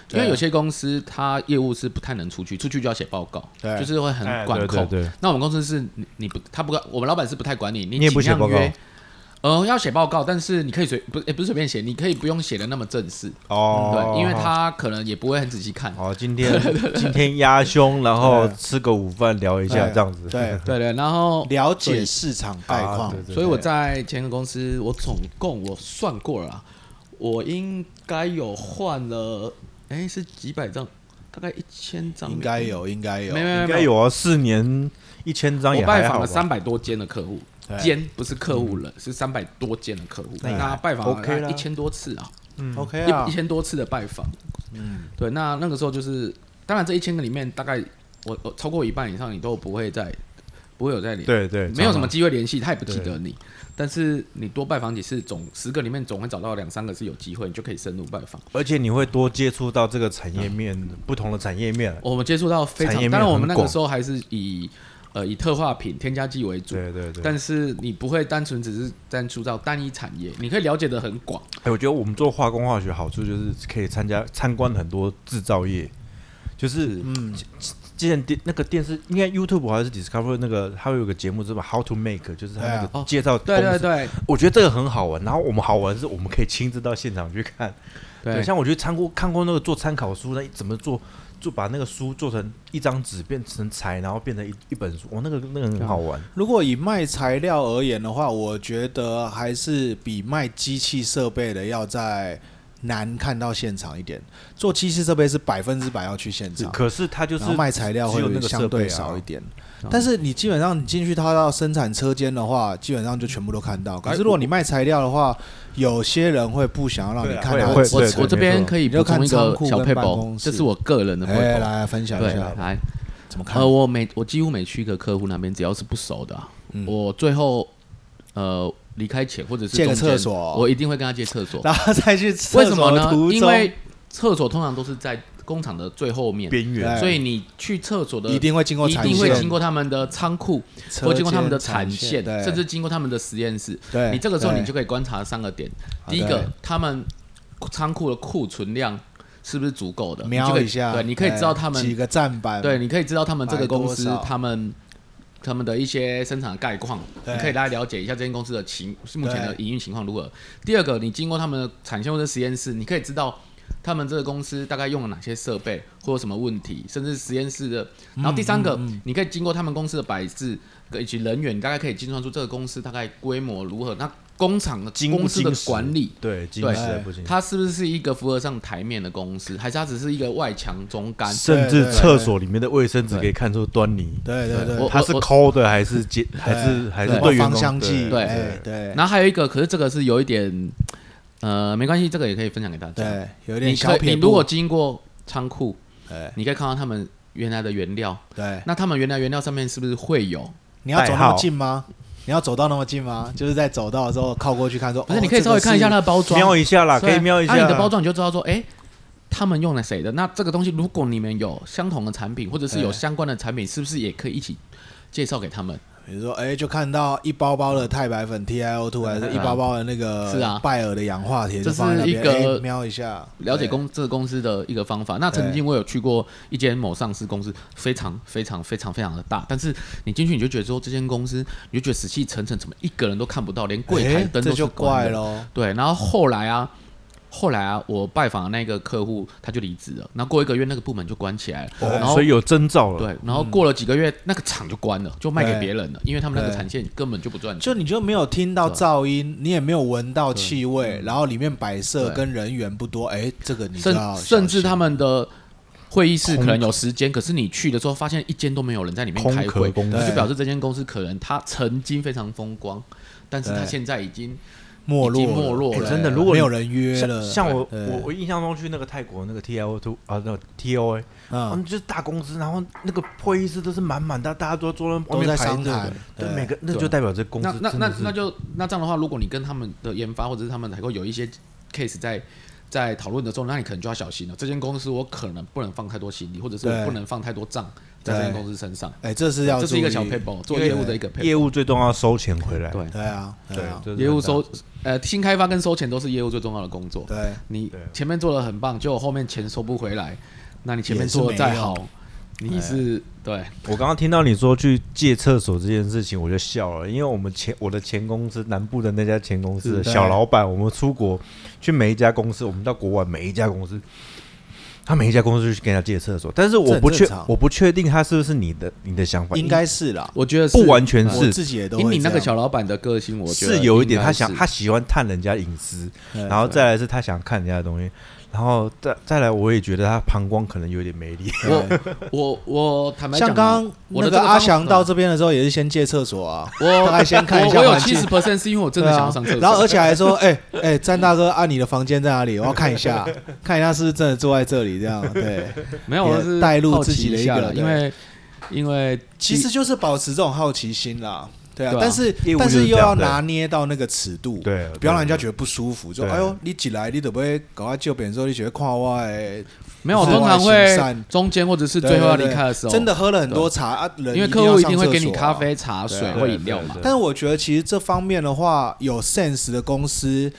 对。因为有些公司它业务是不太能出去，出去就要写报告，对就是会很哎管对控。对对那我们公司是你你不他不管我们老板是不太管你，你你也不尽量写报告约。呃，要写报告，但是你可以随不、也不是随便写，你可以不用写的那么正式，哦，嗯对，因为他可能也不会很仔细看。哦，今 天今天鸭胸，然后对吃个午饭聊一下对这样子，对，对对，然后了解市场概啊况对。对所以我在前个公司，我总共我算过了啊，我应该有换了，哎、是几百张，大概一千张，应该有，应该有没，没 应没该没有。有啊，四年一千张我也拜还访好了三吧。百多间的客户，对间不是客户了，是三百多间的客户。那也那还拜访 OK 啦一千多次啊，嗯 OK 啊一一，千多次的拜访。嗯，对。那那个时候就是，当然这一千个里面，大概我我超过一半以上，你都不会再不会有再联，对对，啊没有什么常机会联系，他也不记得你。但是你多拜访几次，总十个里面总会找到两三个是有机会，你就可以深入拜访。常，而且你会多接触到这个产业面，嗯不同的产业面了。我们接触到非产常业，面当然我们那很个广时候还是以呃以特化品、添加剂为主，对对对。但是你不会单纯只是单触到单一产业，你可以了解的很广。哎、我觉得我们做化工化学好处就是可以参加参观很多制造业，就是嗯，之前电那个电视应该 YouTube 还是 Discovery 那个，它会有个节目是吧？How to Make，就是它那对啊个介绍、对对，对我觉得这个很好玩。然后我们好玩是我们可以亲自到现场去看，对，像我去参过看过那个做参考书，那怎么做？就把那个书做成一张纸，变成材，然后变成一一本书，哇，哦那个那个很好玩。如果以卖材料而言的话，我觉得还是比卖机器设备的要再难看到现场一点。做机器设备是百分之百要去现场，可是它就是然后卖材料只有那会个相设备对啊少一点。但是你基本上你进去它到生产车间的话，基本上就全部都看到。可哎是如果你卖材料的话，有些人会不想要让你对啊看会到会我对对我这边可你以就补充看一仓个库小跟配办宝，公室这是我个人的配哎，宝。来分享一对，下来，怎么看呃，？我每我几乎每去一个客户那边，只要是不熟的啊、嗯我最后呃离开前或者是借个中间厕所我一定会跟他借厕所。然后再去厕为什么所的呢途？中因为厕所通常都是在工厂的最后面，边缘对所以你去厕所的一定会经过呃一产定会线经过他们的仓库，车或经过他们间的产线线，对甚至经过他们的实验室。对你这个时候对你就可以观察三个点：啊第一对个，他们仓库的库存量是不是足够的？你就瞄可一以下，对，你可以知道他哎几们，个站板，对，，你可以知道他们这个公司买多少他们。他们的一些生产概况，对你可以来了解一下这间公司的情目前的对营运情况如何。第二个，你经过他们的产线或者实验室，你可以知道他们这个公司大概用了哪些设备或有什么问题，甚至实验室的。嗯然后第三个，你可以经过他们公司的摆置以及人员，你大概可以计算出这个公司大概规模如何，那工厂的精不公司的精实管理。对，精对实在不行。它是不是一个符合上台面的公司，还是它只是一个外墙中干？甚对至对厕所里面的卫生纸可以看出端倪，对对对，我它是抠的还是接还是还是对对员芳工香剂，对哎对然后还有一个，可是这个是有一点，呃，没关系，这个也可以分享给大家。对，有点你可小以你品如部果，经过仓库，对你可以看到他们原来的原料，对，哦那他们原来原料上面是不是会有？你要走那代么号近吗？你要走到那么近吗？就是在走到的时候靠过去看说，不是，哦你可以稍微看一下它，的包装，瞄一下啦，对可以瞄一下。按你的包装你就知道说，哎、他们用了谁的？那这个东西，如果你们有相同的产品，或者是有对相关的产品，是不是也可以一起介绍给他这个们？是比如说哎，就看到一包包的太白粉 TiO2，还是嗯一包包的那个是啊拜耳的氧化铁，这就放在那边是一个哎瞄一下，了解对公这个公司的一个方法。那曾经我有去过一间某上市公司，非常非常非常非常的大，但是你进去你就觉得说这间公司，你就觉得死气沉沉，怎么一个人都看不到，连柜台哎灯这都就是关怪的。喽，对，然后后来啊，后来啊，我拜访的那个客户他就离职了，然后过一个月那个部门就关起来了，哦然后所以有征兆了。对，然后过了几个月，那个厂就关了，就卖给别人了，因为他们那个对产线根本就不赚钱。就你就没有听到噪音，你也没有闻到气味，然后里面摆设对跟人员不多，哎，这个你就甚要小心甚至他们的会议室可能有时间，可是你去的时候发现一间都没有人在里面空开壳会，公那司就表示这间公司可能它曾经非常风光，但是它对现在已经没落已经没落了对真的如果没你有人约了，像像我对我我印象中去那个泰国那个 T L Two 啊，那个 T O A，嗯嗯，就是大公司，然后那个会议室都是满满的，大家都坐在都外在面排商谈队，对，对每个那对就代表这公司那那真那的是那就那这样的话，如果你跟他们的研发或者是他们采购有一些 case 在在讨论的时候，那你可能就要小心了。这间公司我可能不能放太多行李，或者是对我不能放太多账在这间公司身上。哎，这是要这是一个小注意 paper，做业务的一个 paper。业务最重要收钱回来，对对啊，对啊，对，业务收呃新开发跟收钱都是业务最重要的工作。对，你对前面做的很棒，结果后面钱收不回来，那你前面做的再好，哎你是对我刚刚听到你说去借厕所这件事情，我就笑了，因为我们前我的前公司南部的那家前公司的是小老板，我们出国去每一家公司，我们到国外每一家公司，他每一家公司就去跟人家借厕所，但是这我很不确正常我不确定他是不是你的你的想法，应该是啦，我觉得不完全我是。自己也都因会你那个这样小老板的个性，我觉得是有一点，应他该是想他喜欢探人家隐私，哎对然后再来是他想看人家的东西，然后再再来，我也觉得他膀胱可能有点没力。我我我坦白讲像啊，刚刚我那的这个个阿方翔法到这边的时候，也是先借厕所啊，我 大概先看一下我我有环境七十 percent 是因为 我真的对啊想要上厕所，然后而且还说，哎哎，詹大哥，啊，你的房间在哪里？我要看一下，看一下是不是真的坐在这里这样。 对，没有，我也是带入好奇自己的一一下个啦对因为因为其实就是保持这种好奇心啦，对啊对，啊但是业务但就是是又这要样对拿捏到那个尺度，对啊，不要让人家对觉得不舒服，说对哎呦，你起来你怎么会搞到救别人之后，你觉得看我哎，没有，是通常外形会善中间或者是对最后要离对对开的时候，真的喝了很多茶啊，人因为客定要户一上定会厕给你所啊咖。啡、茶水对或饮料对。嘛对但是我觉得其实这方面的话，有 sense 的公司，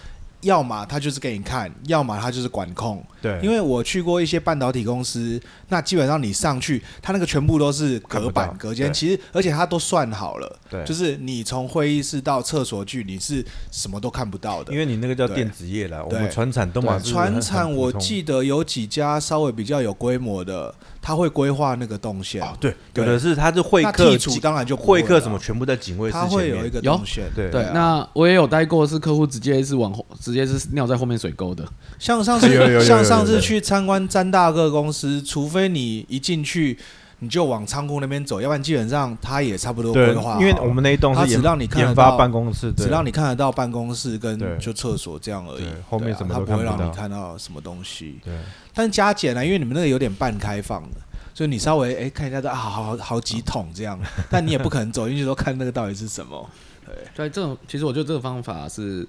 要么他就是给你看，要么他就是管控。对，因为我去过一些半导体公司，那基本上你上去，它那个全部都是隔看不板到隔间，对其实而且它都算好了，对就是你从会议室到厕所去，你是什么都看不到的因。为你那个叫对电子业啦，我对们传产都嘛是很船很厂普我通记得有几家稍微比较有规模的，他会规划那个动线，哦，对，对有的是他是会那客剔除进当然就不会了客啊什么，全部在警卫室他前会有一面。个有动线，对对啊，那我也有待过，是客户直接是往后，直接是尿在后面水沟的。像上次有有有像有上次有去参观詹大哥公司，除非你一进去你就往仓库那边走，要不然基本上他也差不多规对划好，了。哦因为我们那一栋他是只研让你看得研到发办公室，对只让你看得到办公室跟对就厕所这样而已对，后面对啊什么他都不看会不让你到看到什么东西。对但加减啊呢，因为你们那个有点半开放的，所以你 稍微哎、看一下这啊，好好好几桶这样，但你也不可能走进去说看那个到底是什么。对，这种其实我觉得这个方法是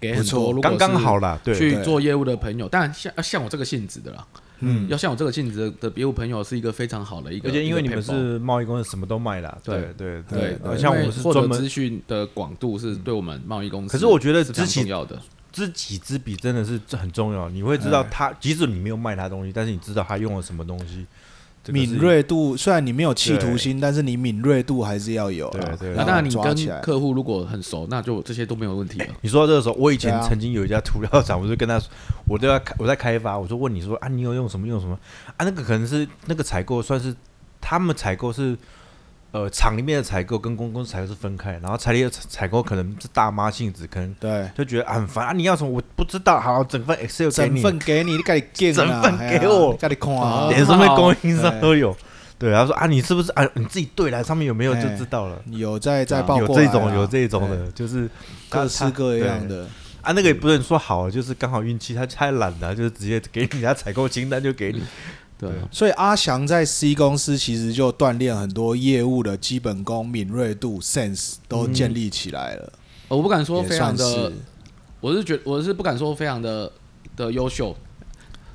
给很不错多如果刚是刚好啦，对，去做业务的朋友，当然像像我这个性质的啦，嗯，要像我这个性质的的业务朋友是一个非常好的一个，而且因为一你个们 paper 是贸易公司，什么都卖啦，对对对，对像因我为是获专得门资讯的广度是对我们贸易公司，可是我觉得是非常知己重要的，知己知彼真的是很重要，你会知哎道他，即使你没有卖他东西，但是你知道他用了什么东西，这个是敏，锐度虽然你没有企图心，但是你敏锐度还是要有啦。对对对那当然，你抓起跟来。客户如果很熟，那就这些都没有问题了。你说到这个时候，我以对前啊曾经有一家涂料厂，我就跟他说，我都要开，我在开发，我就问你说啊，你有用什么用什么啊？那个可能是那个采购算是他们采购是呃厂里面的采购跟公公司采购是分开，然后采里的采购可能是大妈性质，可能对，就觉得啊很烦啊，你要什么我不知道，好整份 Excel 给整你， 份给你，你赶紧见啊，整份嘿啊给我你赶紧看啊哦连上面供应哦商都有。对，他说啊，你是不是啊？你自己对来上面有没有就哎知道了。有在在对啊报有过来这啦种有这种的，就是各他式各样。他对的。啊，那个也不能说好，就是刚好运气，他太懒了，就是直接给你他采购清单就给你。对啊，所以阿翔在 C 公司其实就锻炼很多业务的基本功、敏锐度、sense 都嗯建立起来了，呃我不敢说也非常算的是，我是觉我是不敢说非常的的优秀，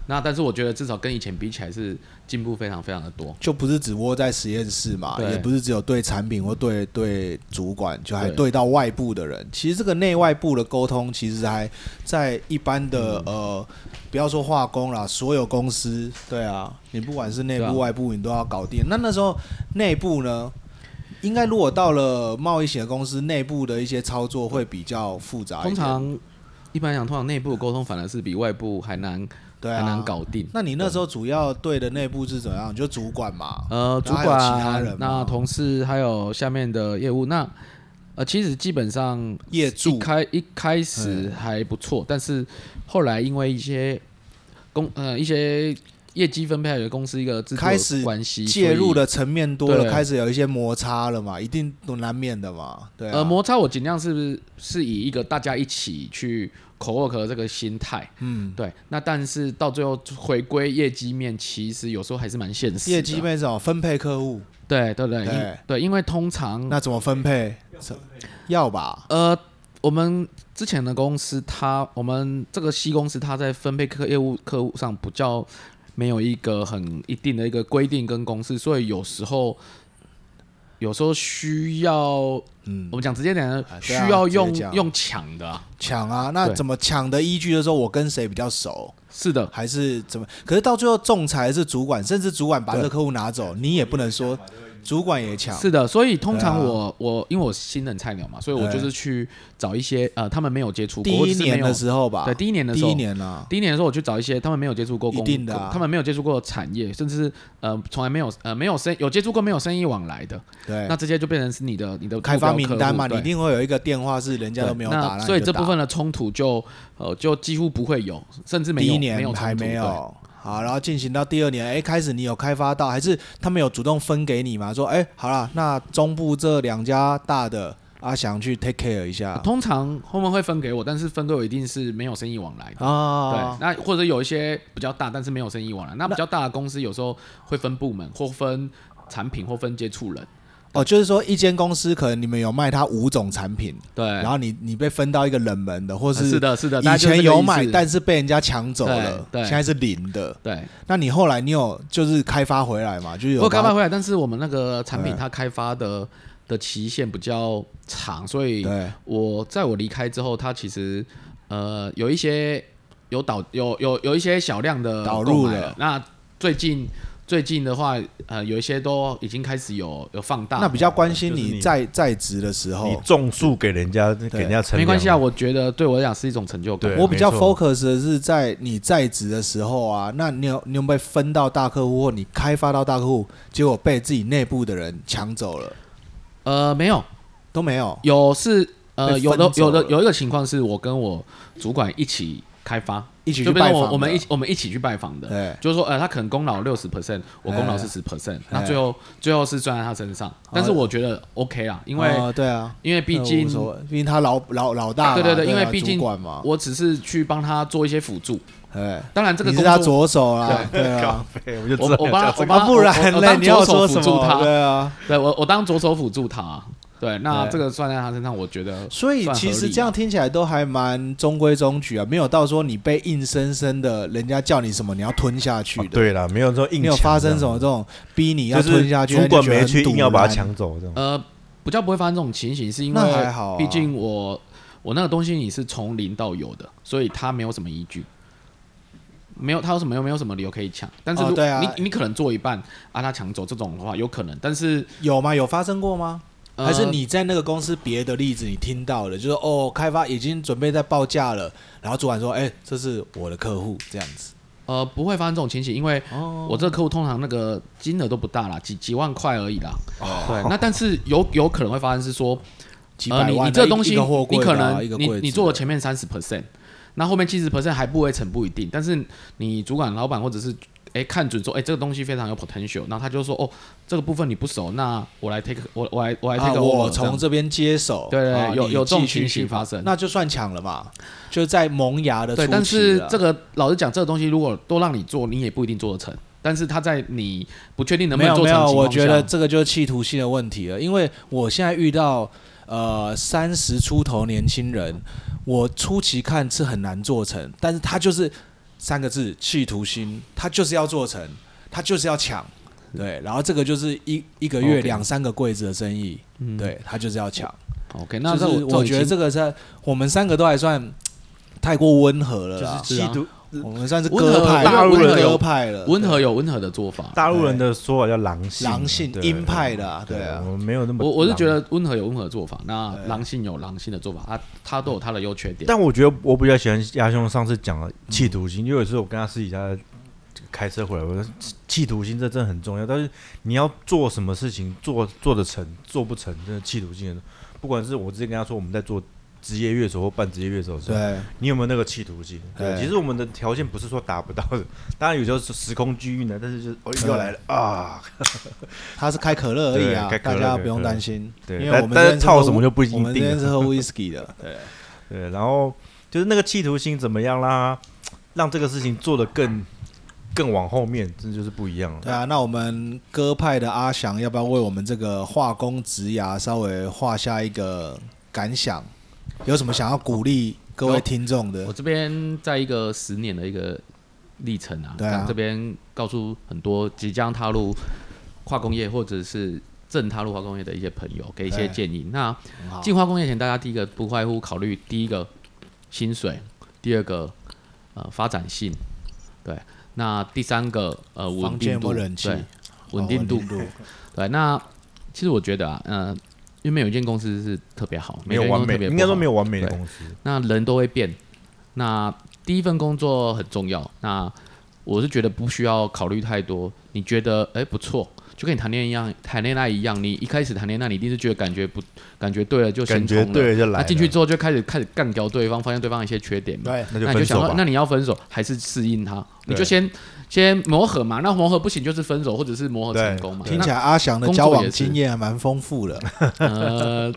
那但是我觉得至少跟以前比起来是进步非常非常的多。就不是只窝在实验室嘛，对也不是只有对产品或对对主管，就还对对到外部的人。其实这个内外部的沟通，其实还在一般的、嗯呃，不要说化工啦，所有公司，对啊，你不管是内对啊部外部，你都要搞定。那那时候内部呢？应该如果到了贸易险公司内部的一些操作会比较复杂一通点，常一般讲，通常内部的沟通反而是比外部还难、对还啊难，搞定。那你那时候主要对的内部是怎么样？你就主管嘛，呃，主然后还有管、其他人嘛那同事还有下面的业务，那呃，其实基本上业一主开一开始还不错，但是后来因为一些公呃一些业绩分配的公司一个制度的开始关系介入。所以的层面多了，对开始有一些摩擦了嘛，一定都难免的嘛，对啊，呃，摩擦我尽量是是以一个大家一起去 co work 的这个心态，嗯，对。那但是到最后回归业绩面，其实有时候还是蛮现实的。业绩面是什么分配客户，对对对对因对，因为通常那怎么分配？要吧，呃，我们之前的公司它，我们这个 C 公司，它在分配客业务客户上比较没有一个很一定的一个规定跟公式，所以有时候有时候需要，嗯我，们讲直接点啊，需对啊要直接用讲用抢的啊、抢啊，那对怎么抢的依据就是说我跟谁比较熟，是的，还是怎么？可是到最后仲裁是主管，甚至主管把这个对客户拿走，你也不能说主管也强，是的，所以通常对啊我、我因为我新人菜鸟嘛，所以我对就是去找一些呃他们没有接触过，第或者一是没年有的时候吧，对第一年的第时候一年啊，第一年的时候，我去找一些他们没有接触过工，一定的啊他们没有接触过产业，甚至是呃从来没有呃没有生有接触过没有生意往来的，对那，这些就变成是你的你的开发目标名客户单嘛，对你一定会有一个电话是人家都没有对打，那那所以你这就部打分的冲突就呃就几乎不会有，甚至没第有一没有年冲还突没对有。好，然后进行到第二年，哎，开始你有开发到，还是他们有主动分给你吗？说，哎，好啦，那中部这两家大的阿翔去 take care 一下通常他们会分给我，但是分给我一定是没有生意往来的。对啊，，那或者有一些比较大，但是没有生意往来。那比较大的公司有时候会分部门，或分产品，或分接触人。哦，就是说一间公司可能你们有卖它五种产品，对，然后你你被分到一个冷门的，或呃是的，是的，大以概就是前这个有意买，思但是被人家抢走了，对对现在是零的。对，那你后来你有就是开发回来嘛？就是有我开发把回来，但是我们那个产品对它开发的的期限比较长，所以对我在我离开之后，它其实呃有一些有导有有有一些小量的导入购买了了。那最近最近的话，呃，有一些都已经开始有有放大。那比较关心就是你你在在职的哦时你候，种树给人家，给人家乘没关系啊，凉嘛我觉得对我来讲是一种成就感。对我比较没错 focus 的是在你在职的时候啊，那你有你有被分到大客户，或你开发到大客户，结果被自己内部的人抢走了，呃，没有，都没有有是呃，被有的分走有的了有一个情况是我跟我主管一起开发，一起去就比如拜说访的，我我们一起我们一起去拜访的，对就是说呃，他可能功劳六十 percent，我功劳哎是十 percent，哎那最后最后是算在他身上，但是我觉得 OK 啦，因为哦对啊，因为毕那我竟无所谓毕竟他老老老大嘛，对对对对啊，因为毕竟主管嘛，我只是去帮他做一些辅助，哎，当然这个你工是他作。左手啦，对啊，对我就我知道我帮他，我帮啊他，不然我我嘞，当你要说左手什辅助么？他，对啊。对我我当左手辅助他，对，那对这个算在他身上，我觉得所以算合其实理这样啊听起来都还蛮中规中矩啊，没有到说你被硬生生的人家叫你什么你要吞 下去哦的，对啦，没有说硬没有抢发这生样什么这种逼你要就是吞下去，主管那你没就觉得去很堵硬要把它然抢走这种。呃，比较不会发生这种情形，是因为那还好啊毕竟我我那个东西你是从零到有的，所以它没有什么依据，没有他有什么又没有什么理由可以抢。但是哦如、对啊你你可能做一半啊，他抢走这种的话有可能，但是、有吗？有发生过吗？呃还是你在那个公司别的例子你听到的，就是哦，开发已经准备在报价了，然后主管说，哎、这是我的客户这样子。呃不会发生这种情形，因为哦，我这个客户通常那个金额都不大啦，几几万块而已啦。对，哦哦那但是有有可能会发生是说，呃几百呃，万你啊、你这一东一西个货柜你的可啊、能一个你柜子你做了的前面三十 percent，那后面七十 percent 还不会成不一定，但是你主管老板或者是哎看准说哎这个东西非常有 potential，那他就说哦这个部分你不熟，那我来 take 我我来我来啊 take 我 over 从这这边接手，对对对啊有你有这种继续情形去发生那就算抢了嘛，就在萌芽的样对，初但期啊是了这个老实讲，这个东西如果都让你做，你也不一定做得成。但是他在你不确定能不没能有做没成的有，情我况下，觉得这个就是企图性的问题了。因为我现在遇到呃三十出头年轻人，我初期看是很难做成，但是他就是三个字：企图心，他就是要做成，他就是要抢。对，然后这个就是一一个月嗯 OK 两三个柜子的生意，对他就是要抢。 OK，那就这是我觉得这这个在我们三个都还算太过温和了就啦是，是吸啊毒，我们算是温和鸽派了，大陆人鸽有派了，温和有温和的做法，大陆人的说法叫狼性啊，狼性对鹰派的啊对啊我们没有那么，我我是觉，得温和有温和的做法，那对啊狼性有狼性的做法，它它都有它的优缺点。但我觉得我比较喜欢亚兄上次讲的企图心，因为有时候我跟他私底下开车回来，我说企图心这真的很重要，但是你要做什么事情做做得成，做不成，真的企图心很重要，不管是我之前跟他说我们在做职业乐手或半职业乐手的时候，对你有没有那个企图心？对，对其实我们的条件不是说达不到的，当然有时候是时空机遇呢，但是就是哦对又来了啊，他是开可乐而已啊对开，可大乐家不用担心。对因为但我们但是这边是套喝什么就不一定啊我们这边了是喝 whisky 的，对，对，然后就是那个企图心怎么样啦，让这个事情做得更更往后面，这就是不一样了。对啊。那我们歌派的阿翔，要不要为我们这个化工职涯稍微画下一个感想？有什么想要鼓励各位听众我的？这边在一个十年的一个历程啊，对啊让这边告诉很多即将踏入化工业或者是正踏入化工业的一些朋友，给一些对建议。那很好进化工业前，大家第一个不外乎考虑第一个薪水，第二个呃发展性，对，那第三个呃稳房间有定没有度，冷气对，稳定度哦稳定度对，那其实我觉得啊，呃，因为没有一间公司是特别好，没有每间完公司美，特别不应该说好没有完美的对公司。那人都会变，那第一份工作很重要。那我是觉得不需要考虑太多，你觉得哎、不错，就跟你谈恋爱一样，谈恋爱一样，你一开始谈恋爱，你一定是觉得感觉不感觉对了就感先觉冲了，对了就来那了，进去之后就开始开始干掉对方，发现对方一些缺点嘛，对，那就那你就分想手说吧，。那你要分手还是适应他？你对就先先磨合嘛，那磨合不行就是分手，或者是磨合成功嘛。对听起那来阿翔的工作交往也是经验还蛮丰富 的。呃，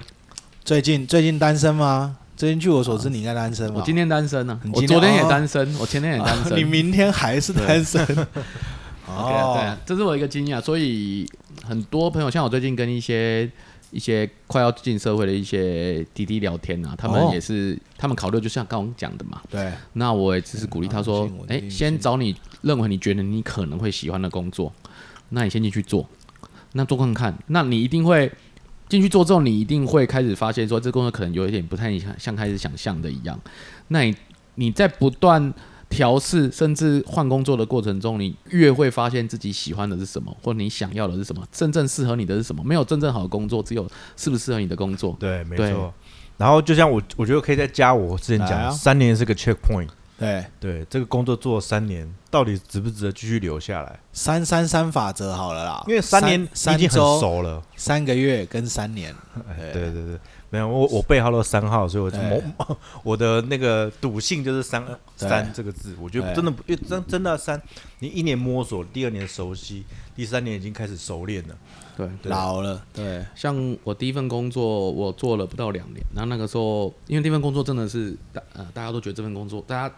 最近最近单身吗？最近据我所知，你应该单身吧？我今天单身呢、你我今天昨天也哦单身，我前天也单 身。你明天还是单 身？哦 OK，对啊，这是我一个经验啊，所以很多朋友，像我最近跟一些一些快要进社会的一些弟弟聊天啊，他们哦也是，他们考虑就像刚刚讲的嘛，对，那我也只是鼓励他说嗯好我，哎、信我先找你认为你觉得你可能会喜欢的工作，那你先进去做，那做看看，那你一定会进去做之后，你一定会开始发现说，这工作可能有一点不太像像开始想象的一样。那你你在不断调试甚至换工作的过程中，你越会发现自己喜欢的是什么，或你想要的是什么，真正适合你的是什么。没有真正好的工作，只有适不适合你的工作。对，没对错。然后就像我，我觉得可以再加我之前来讲，啊三年是个 checkpoint。对，对，这个工作做了三年，到底值不值得继续留下来？三三三法则好了啦，因为三年你三已经很周、熟了。三个月跟三年，哎对对对，没有我我背号都是三号，所以我就对某 我的那个赌性就是三对三这个字。我觉得对真的不，因为真真的三，你一年摸索，第二年熟悉，第三年已经开始熟练了。对，对老了，对，像我第一份工作，我做了不到两年，然后那个时候，因为第一份工作真的是大呃，大家都觉得这份工作，大家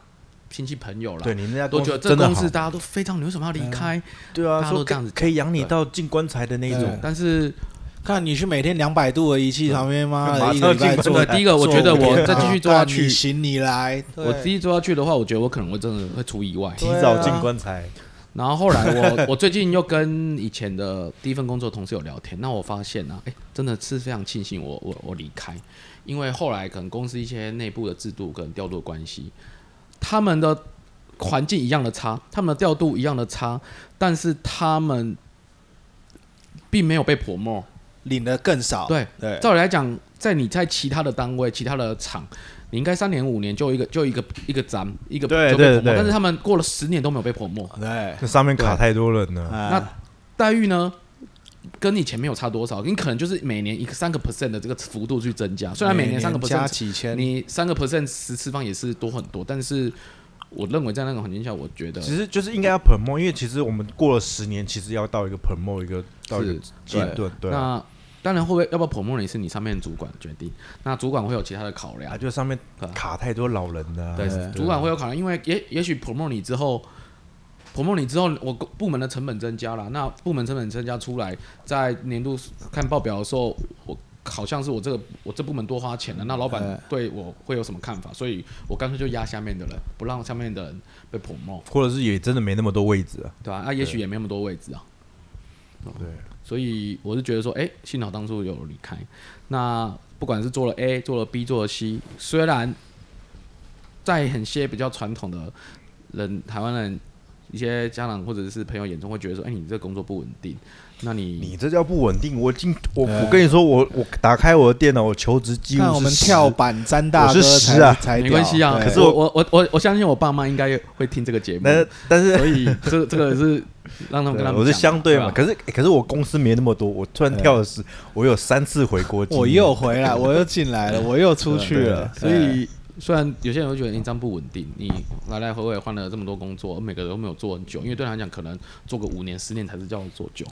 亲戚朋友啦，对，你那家都公觉得司这真的公好司，大家都非常，你为什么要离开？对大啊，家说都这可样子可以养你对到进棺材的那一种对。但是看你去每天两百度的仪器旁边，妈马上的，一个礼拜进做哦门对第一个我觉得我再继续做下去干你行你来，对我自己做下去的话，我觉得我可能会真的会出意外。提对早啊进棺材，然后后来我 我最近又跟以前的第一份工作的同事有聊天，那我发现啊，哎，真的是非常庆幸我我我离开，因为后来可能公司一些内部的制度跟调度关系，他们的环境一样的差，他们的调度一样的差，但是他们并没有被泼墨。领的更少，对对照理来讲，在你在其他的单位、其他的厂，你应该三年五年就一个就一个一个咱一个对就被对泼墨，对但是他们过了十年都没有被泼墨。对，哎这上面卡太多人了。那那待遇呢，跟你前面有差多少？你可能就是每年一个三个 percent 的这个幅度去增加，虽然每年三个加 percent，几千，你三个 percent 十次方也是多很多，但是我认为在那个环境下，我觉得其实就是应该要 promote，因为其实我们过了十年，其实要到一个 promote 一个到一是个阶段，对啊，那。当然，会不会要不要 promote 你是你上面的主管决定，那主管会有其他的考量啊，，就上面对卡太多老人了啊，对，主管会有考量，因为也也许 promote 你之后，promote 你之后，我部门的成本增加了，那部门成本增加出来，在年度看报表的时候，我好像是我这个我这部门多花钱了，那老板对我会有什么看法？所以我干脆就压下面的人，不让下面的人被 promote，或者是也真的没那么多位置啊，对吧、那也许也没那么多位置啊，哦对，所以我是觉得说，哎、幸好当初有离开。那不管是做了 A，做了 B，做了 C，虽然在很些比较传统的人，台湾人一些家长或者是朋友眼中会觉得说，哎、你这个工作不稳定，那你你这叫不稳定。我今我对我跟你说，我我打开我的电脑，我求职几乎看是我们10跳，板詹我大哥是才十啊才没屌关系啊。对可是我我我我我相信我爸妈应该会听这个节目，但但是所以这这个是让他们跟他对们我是讲相对嘛，吧可是可是我公司没那么多，我突然对跳的是，我有三次回国经验，我又回 来，我又进来了，我又出去了，所哎以虽然有些人会觉得你这样不稳定，你来来回回换了这么多工作，每个人都没有做很久，因为对他来讲，可能做个五年、十年才是叫做久。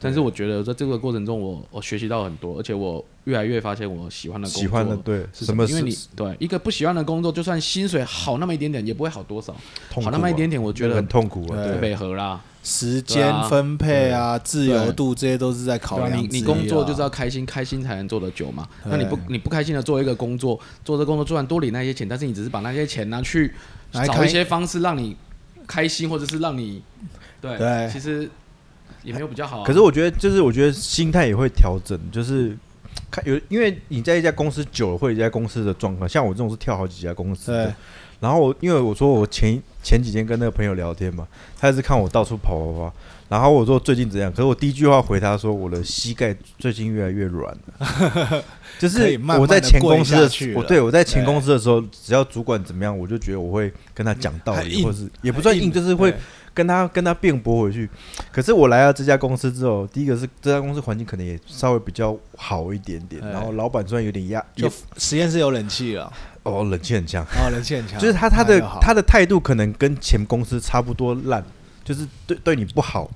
但是我觉得在这个过程中我，我学习到很多，而且我越来越发现我喜欢的工作喜欢的对是什么因为是你对一个不喜欢的工作，就算薪水好那么一点点，也不会好多少，痛苦好啊那么一点点，我觉得很痛苦啊，特对，别合啦。时间分配啊、自由度这些都是在考对啊量你之一你啦工作就是要开心，开心才能做得久嘛。那你不你不开心的做一个工作，做这工作虽然多领那些钱，但是你只是把那些钱拿去拿来找开一些方式让你开心，或者是让你对，对其实也没有比较好啊、可是我觉得，就是我觉得心态也会调整，就是看有，因为你在一家公司久了，会有一家公司的状况。像我这种是跳好几家公司的对，然后我因为我说我前前几天跟那个朋友聊天嘛，他也是看我到处跑跑跑，然后我说最近怎样？可是我第一句话回他说我的膝盖最近越来越软了， 就可是以慢慢地我在前公司跪下的去时了我对我在前公司的时候，只要主管怎么样，我就觉得我会跟他讲道很理，哎硬或是哎也不算硬，就是会对跟他跟他辩驳回去。可是我来到这家公司之后，第一个是这家公司环境可能也稍微比较好一点点，哎然后老板虽然有点压，就就实验室有冷气 了，哦冷气很强。然后冷气很强，就是他他的那就好他的态度可能跟前公司差不多烂，就是对对你不好，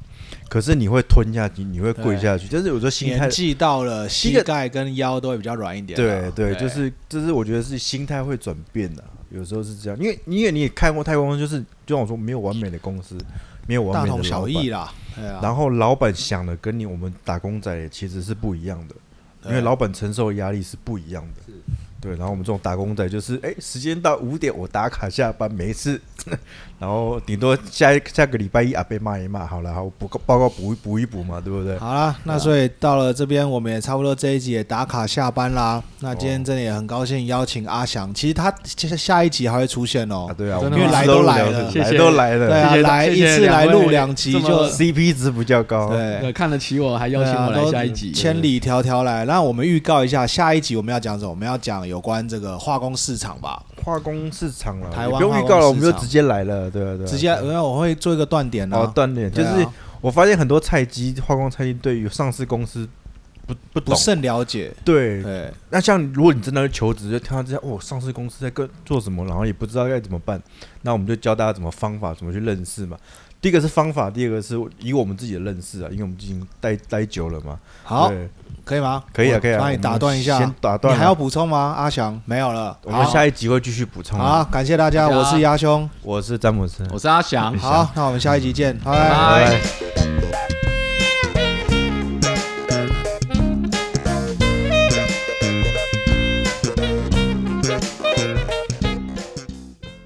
可是你会吞下去，你会跪下去，就是有时候心态年，纪到了，一膝个盖跟腰都会比较软一点对啦。对，就是就是我觉得是心态会转变的、啊有时候是这样，因为因为你也看过太空公司，就是就像我说没有完美的公司，没有完大美的同老小板异，啦。对啊，然后老板想的跟你我们打工仔其实是不一样的，对啊因为老板承受的压力是不一样的。对，然后我们这种打工仔就是，哎，时间到五点我打卡下班没事， 然后顶多下一下个礼拜一啊被骂一骂，好了，好补个报告补一补一补嘛，对不对？啊好啦，那所以到了这边，我们也差不多这一集也打卡下班啦。那今天真的也很高兴邀请阿翔，其实他其实下一集还会出现哦啊，，对啊，真的我们吗来都来因为来都来了来都来了对啊，谢谢来谢一谢次来两位录两集这么就，CP 值比较高。对。看得起我，还邀请我对啊来都下一集，千里迢迢来，那我们预告一下，下一集我们要讲什么？我们要讲有关这个化工市场吧，化工市场了，台也湾不用化预告了，工我们市就场直接来了，对啊对啊，直接，因为我会做一个断点哦啊，锻炼，就对啊是我发现很多菜鸡化工菜鸡对于上市公司不不不懂，甚了解，对，对，那那像如果你真的去求职，就看到这些哦，上市公司在跟做什么，然后也不知道该怎么办，那我们就教大家怎么方法，怎么去认识嘛。第一个是方法，第二个是以我们自己的认识啊，因为我们已经待待久了嘛。好对，，可以吗？可以啊我可以啊帮你打断一我们下先，打断啊你还要补充吗？阿翔没有了，我们好下一集会继续补充好啊。啊，感谢大家，大家我是鸭兄，我是詹姆斯，我是阿翔，好，那我们下一集见，拜拜拜。拜拜。